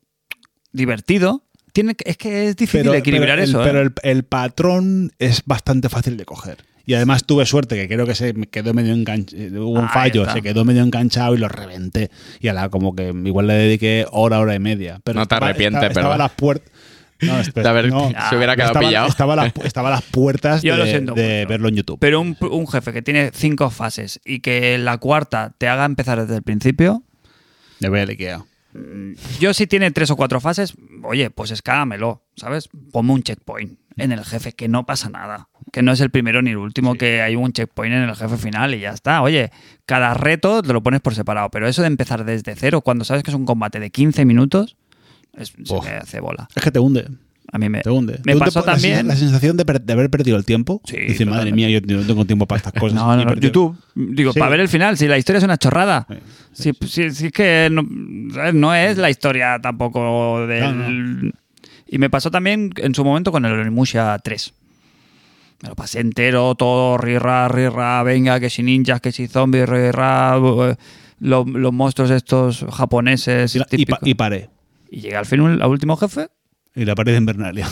A: divertido, tiene, que- es que es difícil
B: Pero,
A: equilibrar
B: pero el-
A: eso. ¿eh?
B: pero el, el patrón es bastante fácil de coger. Y además tuve suerte, que creo que se me quedó medio enganchado. Hubo un
A: Ahí
B: fallo,
A: está.
B: se quedó medio enganchado y lo reventé. Y a la como que igual le dediqué hora, hora y media. Pero
C: No te
B: estaba-
C: arrepientes,
B: estaba- estaba
C: ¿verdad?
B: a las puertas. No, espera,
C: De haber- [laughs]
B: no,
C: se hubiera
B: no,
C: quedado
B: estaba,
C: pillado.
B: Estaba a las, pu- estaba a las puertas
A: Yo lo
B: de,
A: siento
B: de
A: mucho.
B: verlo en YouTube.
A: Pero un, un jefe que tiene cinco fases y que la cuarta te haga empezar desde el principio,
B: De ver Ikea.
A: yo si tiene tres o cuatro fases, oye, pues escálamelo, ¿sabes? Ponme un checkpoint en el jefe, que no pasa nada. Que no es el primero ni el último, que hay un checkpoint en el jefe final y ya está. Oye, cada reto te lo pones por separado, pero eso de empezar desde cero, cuando sabes que es un combate de 15 minutos, es, se
B: Uf.
A: me hace bola.
B: Es que te hunde.
A: A mí me,
B: Te hunde.
A: me
B: Te hunde
A: pasó
B: por la sen-
A: también...
B: La, sensación de, per- de haber perdido el tiempo.
A: Sí,
B: Dice, madre
A: totalmente.
B: mía, yo no tengo tiempo para estas cosas.
A: No,
B: Pues,
A: no,
B: Y
A: no,
B: perdió.
A: YouTube. Digo,
B: Sí.
A: para ver el final, si la historia es una chorrada.
B: Sí,
A: Si, si- si es que no, ¿sabes? no es la historia tampoco del... Y me pasó también en su momento con el Onimusha 3. Me lo pasé entero, todo, rirra, rirra, venga, que si ninjas, que si zombies, rirra, eh, los, los monstruos estos japoneses.
B: Y, la- y, pa-
A: típicos.
B: y paré.
A: Y llegué al final, al último jefe,
B: Y la pared
A: [laughs]
B: de Invernalia.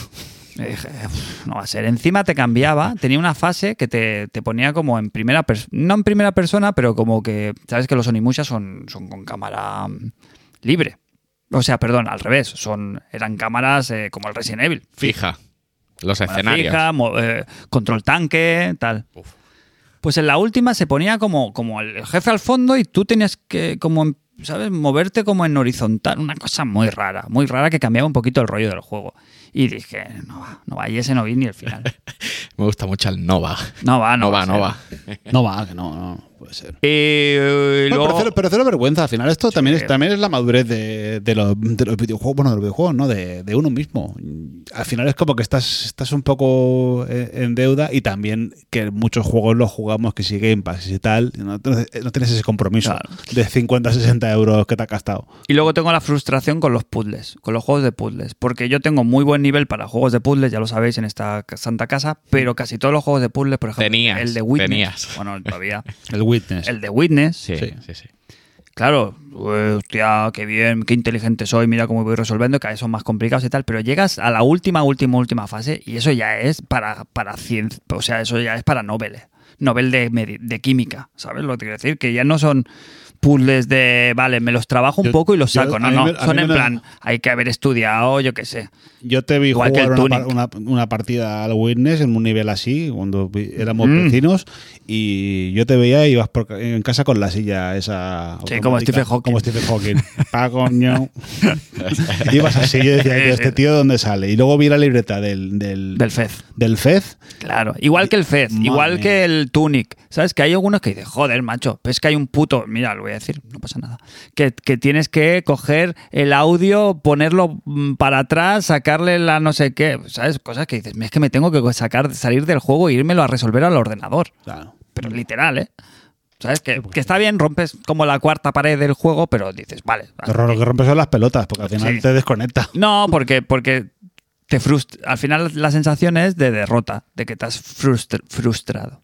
A: y dije, "Uf, Eh, no va a ser. Encima te cambiaba, tenía una fase que te, te ponía como en primera persona, no en primera persona, pero como que, sabes que los Onimusha son, son con cámara mm, libre. O sea, perdón, al revés, son eran cámaras eh, como el Resident Evil.
C: Fija. Los
A: Cámara
C: escenarios.
A: fija, mo- eh, control tanque, tal.
C: Uf.
A: Pues en la última se ponía como, como el jefe al fondo y tú tenías que, como, en- ¿sabes? Moverte como en horizontal. Una cosa muy rara, muy rara que cambiaba un poquito el rollo del juego. Y dije, no va, no va, y ese no vi ni el final.
C: Me gusta mucho el Nova.
A: No va, no,
C: [laughs] Nova,
A: ser.
C: Nova.
B: No va, que no, no puede ser.
A: Eh,
B: Bueno,
A: luego-
B: pero, cero, pero cero vergüenza, al final esto también, es, también es la madurez de, de los, de los videojuegos, bueno, de los videojuegos, ¿no? De, de uno mismo. Al final es como que estás, estás un poco eh, en deuda y también que muchos juegos los jugamos que sí Game Pass y tal, y no, tienes- no tienes ese compromiso
A: Claro.
B: de 50 60 euros que te has gastado.
A: Y luego tengo la frustración con los puzzles, con los juegos de puzzles, porque yo tengo muy buen nivel para juegos de puzzles, ya lo sabéis en esta ca- santa casa, pero casi todos los juegos de puzzles, por ejemplo,
C: Tenías,
A: el de Witness,
C: tenías.
A: bueno, todavía,
B: El Witness.
A: el de Witness,
C: Sí,
B: Sí.
C: sí, sí.
A: claro, eh, hostia, qué bien, qué inteligente soy, mira cómo voy resolviendo, cada vez son más complicados y tal, pero llegas a la última, última, última fase y eso ya es para, para ciencia, o sea, eso ya es para noveles, novel de, medi- de química, ¿sabes lo que quiero decir? Que ya no son puzzles de, vale, me los trabajo un
B: Yo-
A: poco y los
B: yo-
A: saco,
B: a
A: no,
B: mí
A: no,
B: me- a
A: son
B: mí
A: en
B: me la-
A: plan, hay que haber estudiado, yo qué sé.
B: Yo te vi
A: Igual que
B: jugar
A: el
B: una, par-
A: Tunic.
B: una, una partida al Witness en un nivel así, cuando vi- éramos
A: Mm.
B: vecinos, y yo te veía y ibas por ca- en casa con la silla esa.
A: Sí,
B: automática,
A: como Stephen Hawking.
B: Como Stephen Hawking.
A: [laughs]
B: Pa, coño. ibas así, yo decía, "Pero este tío de dónde sale? Y luego vi la libreta del, del,
A: Del Fez.
B: del Fez.
A: Claro, igual que el Fez,
B: Madre
A: igual
B: mía.
A: que el Tunic. ¿Sabes? Que hay algunos que dicen, joder, macho, pero es que hay un puto, mira, lo voy a decir, no pasa nada, que, que tienes que coger el audio, ponerlo mm, para atrás, sacarle la no sé qué, ¿sabes? Cosas que dices, es que me tengo que sacar, salir del juego e írmelo a resolver al ordenador.
B: Claro.
A: Pero literal, ¿eh? ¿Sabes? Que, que está bien, rompes como la cuarta pared del juego, pero dices, vale.
B: Lo ro- lo que rompes son las pelotas, porque al final
A: Sí.
B: te desconecta.
A: No, porque, porque te frustra. Al final la sensación es de derrota, de que estás frustr- frustrado.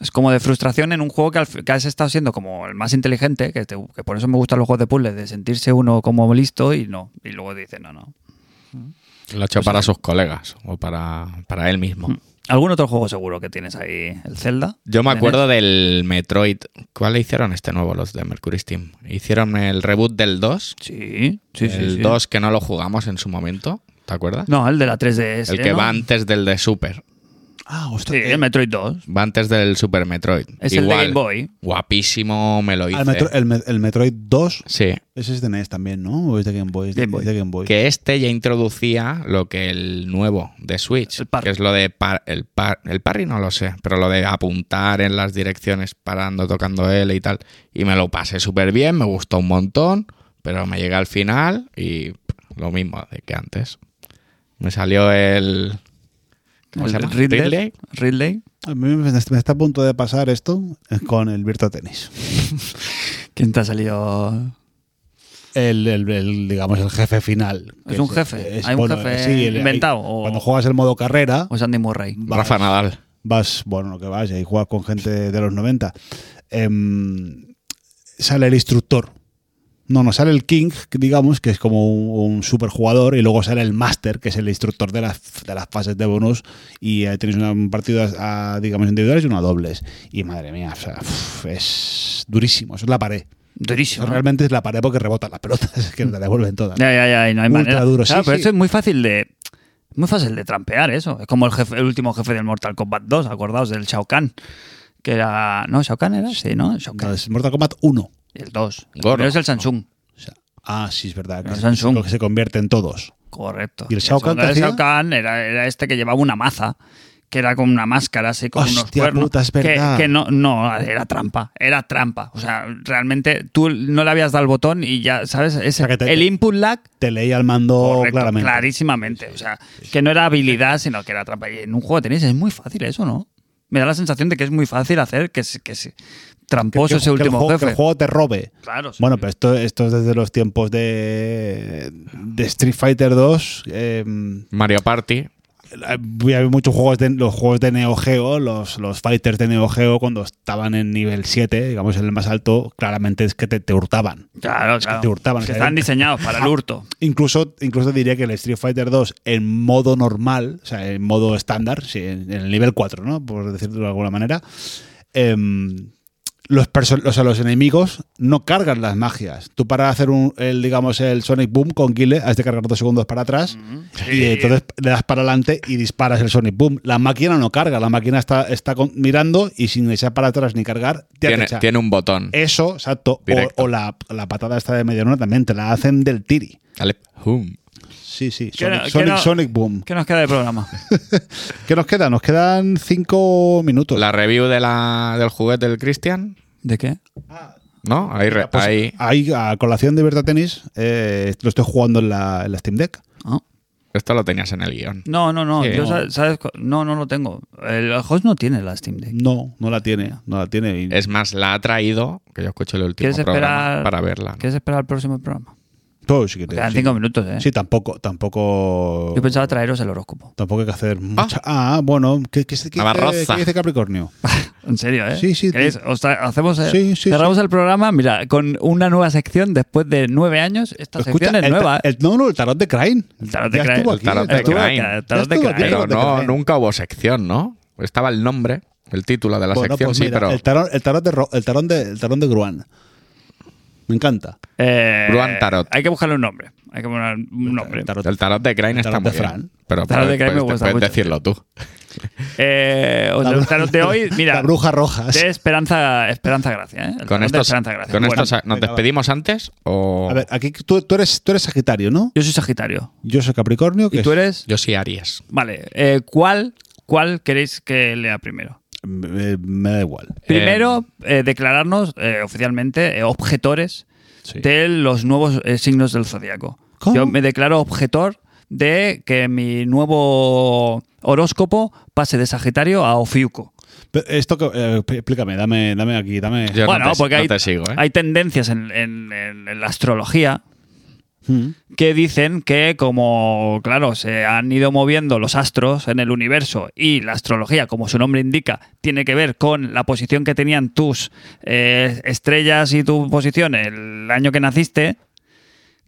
A: Es como de frustración en un juego que, al fi- que has estado siendo como el más inteligente, que, te- que por eso me gustan los juegos de puzzles, de sentirse uno como listo y no. Y luego dice, no, no.
C: Lo ha hecho para sus colegas o para, para él mismo.
A: Mm. ¿Algún otro juego seguro que tienes ahí? ¿El E Zelda?
C: Yo me
A: ¿Tienes?
C: acuerdo del Metroid. ¿Cuál le hicieron este nuevo los de Mercury Steam? Hicieron el reboot del 2.
A: Sí, sí, sí.
C: el
A: sí.
C: 2 que no lo jugamos en su momento. ¿Te acuerdas?
A: No, el de la 3DS.
C: el que
A: ¿no?
C: va antes del de Super.
B: Ah,
A: Sí,
B: hostia.
A: el Metroid 2.
C: Va antes del Super Metroid.
A: Es el de
C: Igual,
A: Game Boy.
C: Guapísimo, me lo hice.
B: el, Metro- el Me- el Metroid 2,
C: Sí.
B: ese es de NES también, ¿no? ¿O es de Game Boy? Es de
A: Game Boy.
B: es de Game Boy.
C: Que este ya introducía lo que el nuevo de Switch,
A: El parry.
C: que es lo de par- el, par- el parry, no lo sé, pero lo de apuntar en las direcciones, parando, tocando L y tal. Y me lo pasé súper bien, me gustó un montón, pero me llegué al final y pff, lo mismo de que antes. Me salió el. ¿Cómo
A: El
C: se llama?
A: Ridley.
C: Ridley.
A: Ridley.
B: A mí me me está a punto de pasar esto eh, con el Virtua Tennis.
A: ¿Quién te ha salido?
B: el, el- el, digamos el jefe final.
A: ¿Es
B: Que
A: un jefe? ¿Hay un jefe inventado o-
B: Cuando juegas el modo carrera,
A: ¿O es Pues Andy Murray?
B: Vas-
C: Rafa Nadal.
B: vas, bueno, lo que vas, y ahí juegas con gente de los 90. Em, sale el instructor. No, no, sale el King, digamos, que es como un, un superjugador, y luego sale el Master, que es el instructor de las, de las fases de bonus, y eh, tienes una- un partido, a, a, digamos, individuales y uno a dobles. Y madre mía, o sea, uf, es durísimo, eso es la pared.
A: Durísimo. ¿no?
B: Realmente es la pared porque rebotan las pelotas, [laughs] es que te la devuelven todas.
A: Ya, ya, ya, y no hay
B: Ultra
A: manera.
B: duro,
A: Claro,
B: sí,
A: pero
B: sí.
A: eso es muy fácil de. Muy fácil de trampear eso. Es como el, jefe, el último jefe del Mortal Kombat 2, acordaos del Shao Kahn. Que era. ¿No? ¿Shao Kahn era? Sí, ¿no? Shao Kahn.
B: Entonces, Mortal Kombat 1.
A: El 2. El
C: Gorro.
A: primero es el Samsung.
B: O sea, ah, sí, es verdad.
A: El
B: Que
A: Samsung.
B: lo que se convierte en todos.
A: Correcto.
B: ¿Y el Shao Kahn
A: segundo
B: qué
A: del
B: hacía?
A: Shao Kahn era, era este que llevaba una maza, que era con una máscara así, con unos
B: Hostia
A: cuernos.
B: puta, es
A: que-
B: verdad.
A: Que, no, no, era trampa, era trampa. O sea, realmente tú no le habías dado el botón y ya, ¿sabes? Ese-
B: sea, que te-
A: el input lag,
B: Te leía el mando
A: correcto,
B: claramente.
A: clarísimamente. O sea, que no era habilidad, sino que era trampa. Y en un juego de tenis es muy fácil eso, ¿no? Me da la sensación de que es muy fácil hacer que, se- que se- tramposo ese
B: el
A: último
B: juego,
A: jefe.
B: que el juego te robe.
A: Claro, sí.
B: Bueno, pero esto, esto es desde los tiempos de, de Street Fighter 2. eh,
C: Mario Party.
B: voy a ver muchos juegos de los juegos de Neo Geo, los, los fighters de Neo Geo cuando estaban en nivel 7, digamos en el más alto, claramente es que te, te hurtaban.
A: Claro, claro.
B: te hurtaban, ¿eh?
A: Que
B: o sea,
A: están diseñados para
B: [laughs]
A: el hurto.
B: Incluso, incluso diría que el Street Fighter 2 en modo normal, o sea, en modo estándar, sí, en, en el nivel 4, ¿no? Por decirlo de alguna manera. em, los, perso- o sea, los enemigos no cargan las magias. Tú para hacer un, el, digamos, el Sonic Boom con Guile has de cargar dos segundos para atrás y entonces le das para adelante y disparas el Sonic Boom. La máquina no carga, la máquina está, está con- mirando y sin echar para atrás ni cargar, te Eh,
C: Tiene,
B: acecha.
C: tiene un botón.
B: Eso, exacto.
C: Directo.
B: O, o la, la patada esta de medianuna también te la hacen del tiri.
C: Dale, hum.
B: Sí, sí.
A: ¿Qué
B: Sonic,
A: no- qué
B: Sonic,
A: no-
B: Sonic Boom.
A: ¿Qué nos queda de programa?
B: ¿Qué nos queda? Nos quedan cinco minutos.
C: La review de la, del juguete del Christian.
A: ¿De qué?
C: ¿No? Ahí, re-
B: Pues,
C: ahí
B: ahí, a colación de Berta Tenis, eh, lo estoy jugando en la, en la Steam Deck.
A: Ah.
C: Esto lo tenías en el guión.
A: No, no, no.
C: Sí,
A: yo,
C: no.
A: sa- ¿sabes? cu- No, no lo tengo. El host no tiene la Steam Deck.
B: No, no la tiene. No la tiene. Y-
C: Es más, la ha traído, que yo escuché el último
A: ¿Quieres
C: programa
A: esperar,
C: para verla. ¿no?
A: ¿Quieres esperar al próximo programa?
B: Todo, si quieres,
A: Quedan
B: sí.
A: cinco minutos, ¿eh?
B: Sí, tampoco, tampoco.
A: Yo pensaba traeros el horóscopo.
B: Tampoco hay que hacer mucha. Ah, bueno, ¿qué, qué, qué- qué-
C: Navarroza.
B: qué dice Capricornio?
A: En serio, ¿eh?
B: Sí, sí,
A: ¿Queréis?
B: sí.
A: Os tra- hacemos, eh,
B: Sí, sí,
A: cerramos el programa, mira, con una nueva sección después de nueve años. Esta sección es
B: el, ta-
A: nueva. ¿eh?
B: el, no, no, el tarot de Crane.
A: El tarot de
B: Ya
A: Crane.
B: estuvo
A: El
B: aquí,
C: tarot de
B: estuvo-
C: Crane.
B: ya
A: El tarot
B: estuvo
A: de
B: aquí,
A: Crane.
B: el
C: Pero
B: tarot de
C: no,
B: Crane.
C: nunca hubo sección, ¿no? Estaba el nombre, el título de la
B: Bueno,
C: sección,
B: pues
C: sí,
B: mira,
C: pero
B: el tarot, el tarot de Ro- el tarón de el tarón de Gruan. Me encanta.
A: Eh,
C: Bruan Tarot.
A: Hay que buscarle un nombre. Hay que poner un nombre.
B: El tarot-
C: el tarot de Crane
B: el
C: está
B: tarot
C: muy
B: de
C: bien.
B: Fran.
C: Pero
A: El tarot de
C: puedes-
A: Crane me
C: puedes-
A: gusta
C: puedes
A: mucho.
C: decirlo tú.
A: Eh, os
B: La
A: el
B: bruja-
A: tarot de hoy, mira.
B: La bruja roja. sí.
A: De Esperanza, Esperanza Gracia, ¿eh? El tarot
C: Con
A: de
C: estos,
A: Esperanza Gracia.
C: con
A: Bueno,
C: estos ¿Nos
B: venga, va.
C: despedimos antes o...?
B: A ver, aquí tú, tú eres tú eres Sagitario, ¿no?
A: Yo soy Sagitario.
B: Yo soy Capricornio, que
A: ¿Y tú eres?
C: Yo sí, Aries.
A: Vale, eh, ¿cuál, ¿cuál queréis que lea primero?
B: es- me, me da igual.
A: Primero, eh, declararnos eh, oficialmente eh, objetores
B: Sí.
A: de los nuevos eh, signos del zodiaco.
B: ¿Cómo?
A: Yo me declaro objetor de que mi nuevo horóscopo pase de Sagitario a Ofiuco.
B: Pero esto que, eh, explícame, dame, dame aquí, dame.
C: Yo no
A: bueno,
C: te-
A: porque
C: no
A: hay,
C: te sigo, ¿eh?
A: hay tendencias en- en- en- en la astrología
B: Mm.
A: que dicen que como, claro, se han ido moviendo los astros en el universo y la astrología, como su nombre indica, tiene que ver con la posición que tenían tus eh, estrellas y tu posición el año que naciste,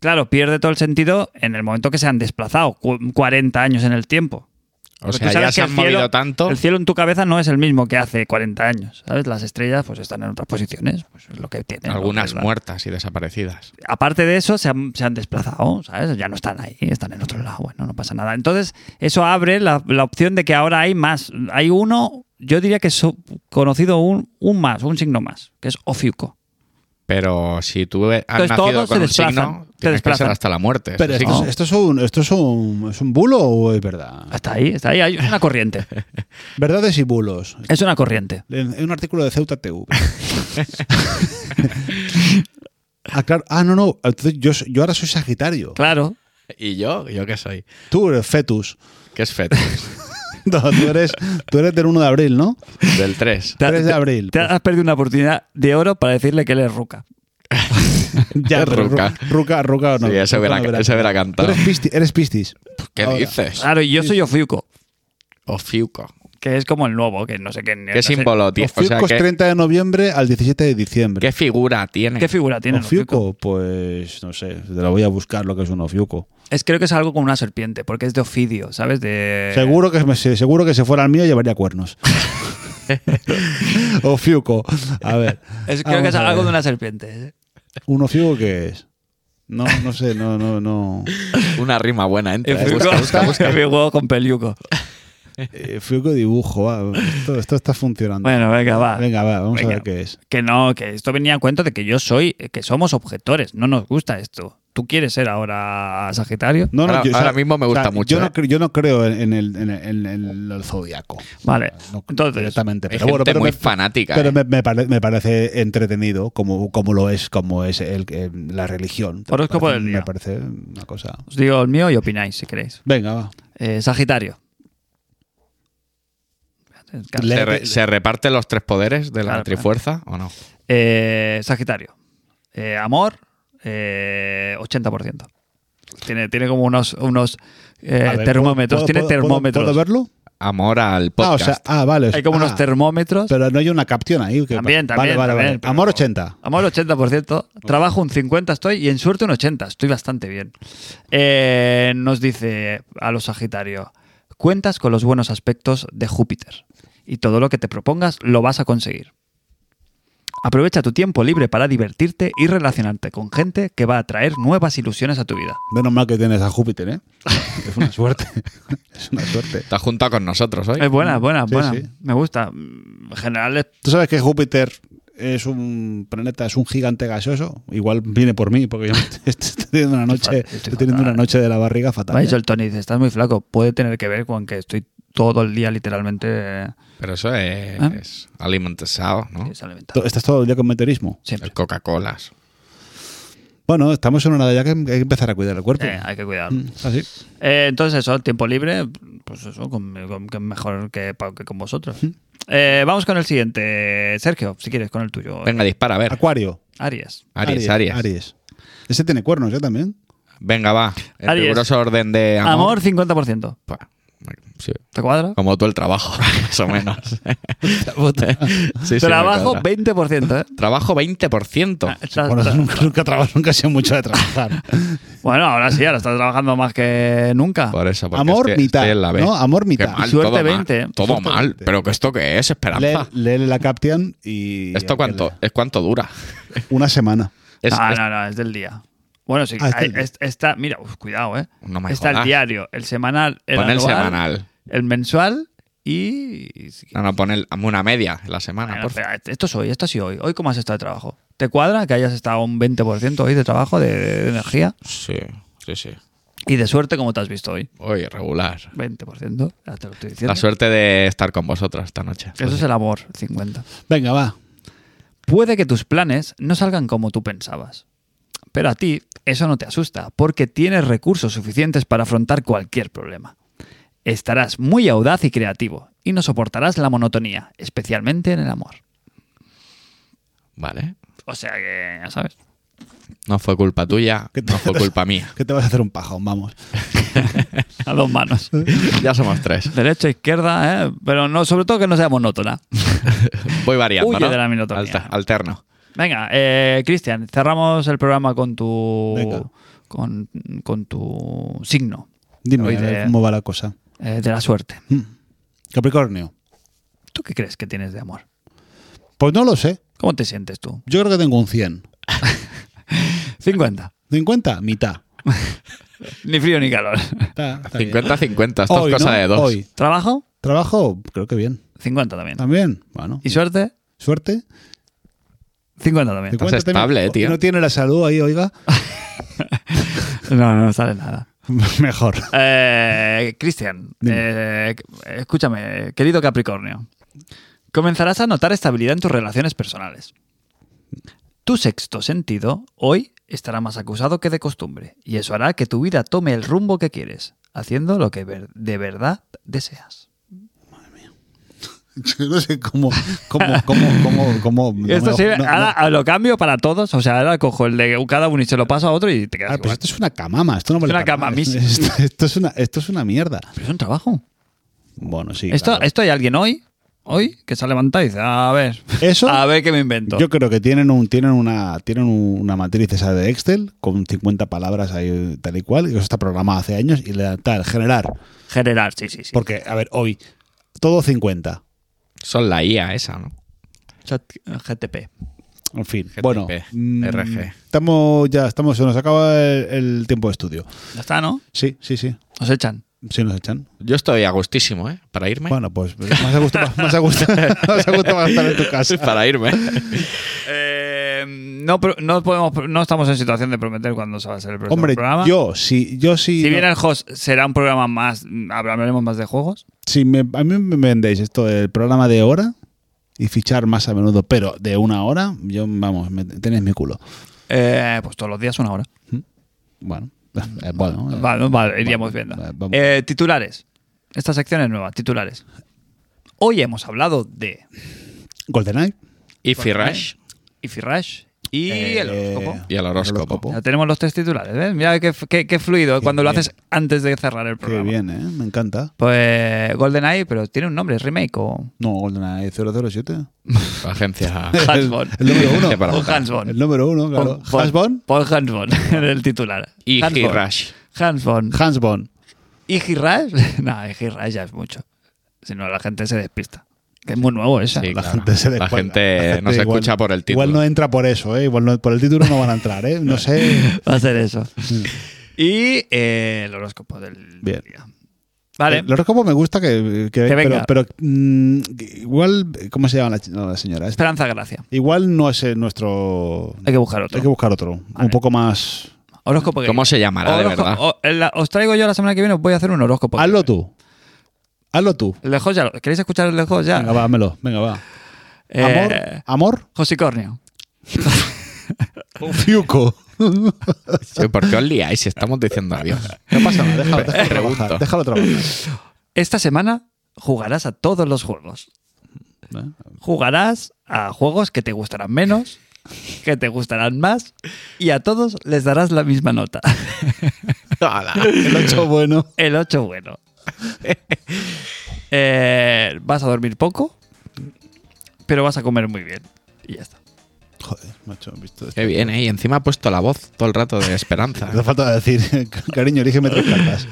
A: claro, pierde todo el sentido en el momento que se han desplazado cu- 40 años en el tiempo.
C: O
A: Tú
C: sea,
A: sabes
C: ya se
A: que
C: han
A: el cielo-
C: movido tanto.
A: El cielo en tu cabeza no es el mismo que hace 40 años, ¿sabes? Las estrellas pues están en otras posiciones, pues es lo que tienen. lo que
C: Algunas
A: es la-
C: muertas y desaparecidas.
A: aparte de eso, se han, se han desplazado, ¿sabes? Ya no están ahí, están en otro lado, bueno, no pasa nada. Entonces, eso abre la, la opción de que ahora hay más. Hay uno, yo diría que es conocido un, un más, un signo más, que es Ofiuco.
C: Pero si tú has
A: Entonces
C: nacido
A: todos se
C: con un
A: desplazan,
C: signo,
A: se
C: tienes que ser
A: desplazan.
C: hasta la muerte.
B: Pero
C: Ese
B: esto,
C: signo.
B: es, esto es un, esto es un, es un bulo o es verdad?
A: Hasta ahí, está ahí, hay una
C: [laughs]
A: corriente.
B: Verdades y bulos.
A: Es una corriente.
B: En, en un artículo de Ceuta TV. ah, claro. Ah, no, no. Entonces yo, soy- yo ahora soy Sagitario.
A: Claro.
C: ¿Y yo? ¿Yo qué soy?
B: Tú eres fetus. [laughs]
C: ¿Qué es fetus?
B: No, tú eres, tú eres del 1 de abril, ¿no?
C: Del 3.
B: 3 de abril. pues.
A: Te has perdido una oportunidad de oro para decirle que él es ruca.
B: Ya,
C: Es
B: pero ru-
C: ruca.
B: Ruca, ruca o no.
C: Sí, ese
B: Ruca
C: hubiera-
B: no verá.
C: ese hubiera cantado.
B: Tú Eres pistis. Eres pistis.
D: Pues,
C: ¿Qué
B: Ahora.
C: dices?
D: Ah.
A: Claro, y yo soy Ofiuco,
C: Ofiuco.
A: que es como el nuevo, que no sé qué.
C: ¿Qué símbolo tiene? O sea,
B: Ofiuco es
C: ¿qué,
B: 30 de noviembre al 17 de
C: qué
B: diciembre.
C: figura tiene?
A: ¿Qué figura tiene el Ofiuco?
B: Ofiuco, pues no sé, te lo voy a buscar lo que es un ofiuco.
A: Es, creo que es algo como una serpiente, porque es de Ofidio, ¿sabes?
D: Eh.
A: De...
B: Seguro que me- se- seguro que si fuera el mío llevaría cuernos.
D: [laughs]
B: ofiuco. A ver.
A: Es, creo
B: vamos
A: que es
B: a
A: algo
B: Ah, ver.
A: de una serpiente. ¿eh?
B: ¿Uno figo qué es? No, no sé, no, no, no.
D: Una rima buena, entra. ¿eh?
A: Fiuco-
D: Busca, busca,
A: [laughs]
D: busca.
A: Fiuco con peliuco.
B: Mm. Eh, figo dibujo, va, Esto, esto está funcionando.
A: Bueno, venga, va.
B: Venga, va, vamos
A: Venga.
B: a ver qué es.
A: Que no, que esto venía a cuento de que yo soy, que somos objetores, no nos gusta esto. ¿Tú quieres ser ahora Sagitario?
B: No, no,
D: Ahora-
B: yo,
D: ahora mismo me gusta mucho,
B: Yo,
D: ¿eh?
B: no, cre- yo no creo en, en el, en el- en el- el zodiaco.
A: Vale,
B: No,
A: entonces,
B: directamente.
D: Hay
B: Pero
D: gente
B: bueno, pero
D: muy
B: me-
D: fanática.
B: Pero
D: ¿eh?
B: me, me pare- me parece entretenido, como, como lo es, como es el- eh, la religión.
A: Horóscopo
B: Me parece-
A: del día.
B: Me parece una cosa.
A: os digo el mío y opináis si queréis.
B: Venga, va.
A: Eh, Sagitario.
B: Le-
D: ¿Se, re- se reparte los tres poderes de la
A: Claro, claro.
D: trifuerza o no?
A: Eh, Sagitario. Eh, amor, eh, 80%. Tiene, tiene como unos, unos eh,
B: A ver,
A: termómetros.
B: ¿puedo-
A: tiene
B: puedo-
A: termómetros.
B: ¿Puedo, puedo verlo?
D: Amor al
B: Ah, o
D: podcast.
B: sea, ah, vale.
A: Hay como
B: Ah,
A: unos termómetros.
B: Pero no hay una capción ahí. ¿qué
A: También,
B: pasa?
A: también,
B: Vale, vale,
A: también,
B: vale.
A: pero-
B: Amor 80.
A: Amor 80%, trabajo un 50% estoy y en suerte un 80%, estoy bastante bien. Eh, nos dice a los Sagitario, cuentas con los buenos aspectos de Júpiter y todo lo que te propongas lo vas a conseguir. Aprovecha tu tiempo libre para divertirte y relacionarte con gente que va a traer nuevas ilusiones a tu vida.
B: Menos mal que tienes a Júpiter, ¿eh? Es una
A: [laughs]
B: suerte. ¿eh? es una suerte.
D: Te has juntado con nosotros hoy.
A: Es buena, es buena, es
B: Sí,
A: buena.
B: sí.
A: Me gusta. Mm, En general es
B: ¿Tú sabes que Júpiter es un planeta, es un gigante gaseoso? Igual viene por mí, porque yo [laughs] estoy teniendo una noche,
A: fatal, estoy
B: estoy teniendo
A: fatal.
B: una noche de la barriga
A: Me ha
B: fatal.
A: dicho
B: ¿eh?
A: el Tony, dice, estás muy flaco. Puede tener que ver con que estoy todo el día literalmente eh,
D: Pero eso es,
A: ¿Ah?
D: es alimentado, ¿no?
A: desalimentado.
B: To- Estás todo el día con meteorismo.
A: Siempre.
D: El Coca-Colas.
B: Bueno, estamos en una edad ya que hay que empezar a cuidar el cuerpo.
A: Eh, hay que cuidarlo.
B: Mm, Así.
A: Eh, entonces eso, tiempo libre, pues eso, con, con- que mejor que, pa- que con vosotros. Eh, vamos con el siguiente, Sergio, si quieres, con el tuyo.
D: Venga, dispara, a ver.
B: Acuario.
A: Aries.
D: Aries, Aries.
B: Aries. Ese tiene cuernos, yo también.
D: Venga, va. En
A: Aries.
D: riguroso orden de
A: Amor,
D: amor.
A: 50%.
D: Pues, sí,
A: ¿Te cuadra?
D: Como tú el trabajo, [laughs] más o menos.
B: [laughs]
D: Sí, sí, me
A: Trabajo,
D: cuadra.
A: 20%. ¿eh?
D: Trabajo 20%.
A: Ah, estás-
B: Bueno,
A: estás-
B: nunca, nunca, traba- nunca ha sido mucho
D: [laughs]
B: de trabajar.
A: bueno, ahora sí, ahora estás trabajando más que nunca.
D: Por eso, porque
B: Amor
D: estoy-
B: mitad.
D: estoy en la B.
B: No, amor
D: Qué
B: mitad.
D: mal,
A: Suerte
D: todo
A: 20, ¿eh?
D: Mal, todo
B: Suerte
D: mal.
B: 20.
D: ¿Pero que esto qué es?
B: Lee,
D: Esperanza.
B: lee la Captian y.
D: ¿Esto cuánto, es cuánto dura?
B: Una semana.
D: Es-
A: no,
D: es-
A: no, no, es del día. Bueno, sí,
B: Ah, es del
A: hay-
B: día.
A: es- está, mira, uf, cuidado, ¿eh?
D: No me
A: está el
C: ah.
D: jodas.
A: diario, el semanal, el
D: Pon el
A: anual,
D: semanal.
A: el mensual y... y si-
D: No, no, pon el- hazme una media en la semana,
A: Bueno,
D: por favor.
A: espera, esto es hoy, esto ha sido hoy. ¿Hoy cómo has estado de trabajo? ¿Te cuadra que hayas estado un 20% hoy de trabajo, de, de energía?
D: Sí, sí, sí.
A: Y de suerte, como te has visto hoy?
D: Uy, regular.
A: 20%, ya te lo estoy diciendo.
D: La suerte de estar con vosotros esta noche.
A: Eso es el amor, 50%.
B: Venga, va.
A: Puede que tus planes no salgan como tú pensabas. Pero a ti eso no te asusta, porque tienes recursos suficientes para afrontar cualquier problema. Estarás muy audaz y creativo, y no soportarás la monotonía, especialmente en el amor.
D: Vale.
A: O sea que, ya sabes.
D: No fue culpa tuya,
B: ¿Qué te-
D: no fue culpa mía.
B: Que te vas a hacer un pajón, vamos.
A: A dos manos.
D: [laughs] Ya somos
B: [laughs]
D: tres.
A: Derecha, izquierda, ¿eh? pero no, sobre todo que no sea monótona.
D: Voy variando,
A: Huye
D: ¿no?
A: de la monotonía.
D: Alta- alterno.
A: Venga, eh, Cristian, cerramos el programa con tu
B: Venga.
A: con, con tu signo
B: Dime
A: Oye,
B: a ver
A: eh.
B: cómo va la cosa. Mm.
A: eh, de la suerte.
B: Capricornio.
A: ¿Tú qué crees que tienes de amor?
B: Pues no lo sé.
A: ¿Cómo te sientes tú?
B: Yo creo que tengo un 100.
A: 50.
B: ¿50? Mitad.
A: Ni frío ni calor.
B: Está- está bien.
D: 50-50, esto
B: Hoy,
D: es cosa
B: ¿no?
D: de dos.
B: Hoy.
A: ¿Trabajo?
B: Trabajo, creo que bien.
A: 50 también.
B: También. Bueno.
A: ¿Y suerte?
B: Suerte.
A: 50 también.
B: 50 también.
D: estable,
A: eh,
D: tío.
B: No tiene la salud ahí, oiga. [laughs]
A: No, no sale nada.
B: Mejor.
A: Eh, Cristian, eh, escúchame, querido Capricornio. Comenzarás a notar estabilidad en tus relaciones personales. Tu sexto sentido hoy estará más acusado que de costumbre y eso hará que tu vida tome el rumbo que quieres, haciendo lo que ver- de verdad deseas.
B: Yo no sé cómo, [laughs] cómo, cómo, cómo, cómo. no
A: Esto
B: me-
A: sirve-
B: no- no-
A: ahora lo cambio para todos, o sea, ahora cojo el de cada uno y se lo paso a otro y te quedas
B: Ah, pues
A: igual.
B: esto es una camama, esto no vale
A: una
B: para nada.
A: camamisa.
B: [laughs] Esto, esto es una, esto es una mierda.
A: Pero es un trabajo.
B: Bueno, sí.
A: Esto,
B: claro.
A: esto hay alguien hoy, hoy, que se ha levantado y dice, a ver,
B: Eso-
A: a ver qué me invento.
B: Yo creo que tienen un, tienen una, tienen una matriz esa de Excel con 50 palabras ahí tal y cual, y eso está programado hace años, y le da tal, generar.
A: Generar, sí, sí, sí.
B: Porque, a ver, hoy, todo 50.
D: Son la IA esa, ¿no?
A: Chat eh, GTP.
B: En fin,
C: GTP,
B: bueno, mm,
C: RG.
B: estamos ya, estamos, se nos acaba el, el tiempo de estudio.
A: Ya está, ¿no?
B: Sí, sí, sí,
A: Os echan.
B: sí nos echan.
C: Yo estoy a gustísimo, ¿eh? Para irme. [laughs]
B: Bueno, pues más a gusto, más
A: [laughs]
B: a gusto, más a gusto va a estar en tu casa.
C: Para
B: [laughs]
C: irme.
A: Eh, no, pro- no, podemos, no estamos en situación de prometer cuándo se va a ser el próximo
B: Hombre,
A: programa.
B: yo sí, yo sí.
A: si
B: no-
A: viene el host, será un programa más. Hablaremos más de juegos.
B: Si me- a mí me vendéis esto del programa de hora y fichar más a menudo, pero de una hora, yo, vamos, me, tenéis mi culo.
A: Eh, pues todos los días una hora.
B: Bueno, eh, bueno. eh,
A: Vale, vale, iríamos
B: vale,
A: viendo.
B: vale, vamos.
A: Eh, titulares. Esta sección es nueva, titulares. Hoy hemos hablado de
B: GoldenEye.
C: Y Firash.
A: Ify Rush y el
B: eh, oh.
A: horóscopo.
C: Y el horóscopo.
A: Ya tenemos los tres titulares, ¿ves? Mira qué, qué- qué fluido eh, cuando lo
B: bien.
A: haces antes de cerrar el
B: Qué
A: programa.
B: bien, ¿eh? Me encanta.
A: Pues GoldenEye, pero tiene un nombre, ¿es remake
B: [laughs]
A: o
B: No, GoldenEye 007.
C: Agencia.
A: Hansbon.
B: El número
C: [laughs] Qué
B: uno.
C: para-
A: O Hansbon.
B: El número uno, claro.
A: Pon- pon-
B: Hansbon.
A: Pon [laughs] Hansbon en el titular.
C: Y
A: Hansbon.
B: ¿eh?
C: Firash.
A: Hansbon.
B: Hansbon.
A: ¿Y Girrash? [laughs] no, y Girrash ya es mucho. Si no, la gente se despista. Que es muy nuevo esa.
C: Sí,
B: La
C: claro.
B: gente se
C: La
B: descuelga. [laughs]
C: gente
B: La
C: no se escucha por el título.
B: Igual no entra por eso, ¿eh? Igual no- por el título no van a entrar, ¿eh? No sé.
A: Va a ser eso. y eh, el horóscopo del
B: Mm. Bien.
A: día. Vale.
B: El horóscopo Eh, me gusta que, que-
A: Que
B: pero,
A: venga.
B: pero, mm, igual, ¿cómo se llama la, ch- no, la señora? Esta.
A: Esperanza Gracia.
B: Igual no es eh, nuestro.
A: Hay que buscar otro.
B: Hay que buscar otro. Un poco más.
A: Horóscopo gay.
C: ¿Cómo se llamará de
A: Horóscopo-
C: verdad?
A: o- en la- os traigo yo la semana que viene, os voy a hacer un horóscopo.
B: Hazlo tú. Hazlo tú.
A: Lejos ya. lo- ¿Queréis escuchar el lejos ya?
B: Venga, va, dámelo. Venga, va. Amor.
A: Eh,
B: Amor.
A: Josicornio.
B: Fiuco.
C: Sí, ¿Por qué os liáis si estamos diciendo adiós?
B: [laughs] No pasa nada. Déjalo, déjalo
C: Pregunto.
B: trabajar. Déjalo trabajar.
A: Esta semana jugarás a todos los juegos.
B: ¿Eh?
A: Jugarás a juegos que te gustarán menos, que te gustarán más, y a todos les darás la misma nota.
C: Hala.
B: El ocho bueno.
A: El 8 bueno. [laughs] Eh, vas a dormir poco, pero vas a comer muy bien. Y ya está.
B: Joder, macho, he visto esto.
C: Qué bien, ¿eh? Y encima ha puesto la voz todo el rato de esperanza.
B: [laughs] No hace falta decir, cariño, elígeme tres
C: [laughs]
B: cartas.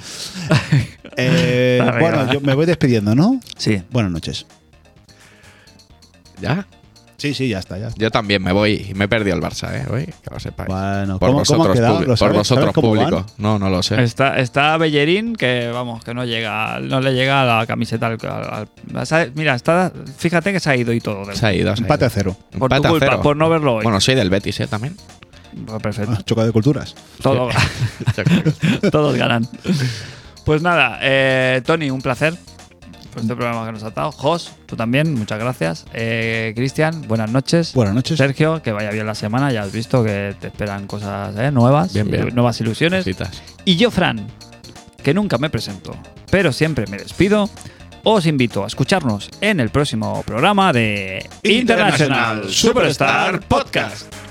B: Eh,
A: Venga.
B: bueno, yo me voy despidiendo, ¿no?
A: Sí.
B: Buenas noches.
C: ¿Ya?
B: Sí, sí, ya está, ya está.
C: Yo también me voy y me he perdido el Barça, ¿eh? Hoy, que lo sepáis.
B: Bueno,
C: por
B: ¿cómo, cómo
C: vosotros,
B: ha quedado?
C: publi-
B: ¿Lo
C: por
B: sabes?
C: vosotros
B: ¿Sabes cómo van?
C: público. No, no lo sé.
A: Está, está Bellerín, que vamos, que no llega, no le llega la camiseta al. al- al- ¿sabes? mira, está, fíjate que se ha ido y todo.
C: Se ha ido, se ha
B: Empate a
C: ido.
B: cero.
A: Por tu
C: Empate a
A: culpa,
C: cero.
A: por no verlo hoy.
C: Bueno, soy del Betis,
A: [laughs]
C: ¿eh? También.
A: Pues perfecto.
B: Ah, Choca de culturas.
A: Todo- todos ganan. Pues nada, eh, Tony, un placer por este programa que nos ha dado. Jos, tú también, muchas gracias. Eh, Cristian, buenas noches.
B: Buenas noches.
A: Sergio, que vaya bien la semana, ya has visto que te esperan cosas eh, nuevas,
C: Bien, bien.
A: y nuevas ilusiones.
C: Cositas.
A: Y yo, Fran, que nunca me presento, pero siempre me despido, os invito a escucharnos en el próximo programa de
B: International
A: International Superstar Podcast.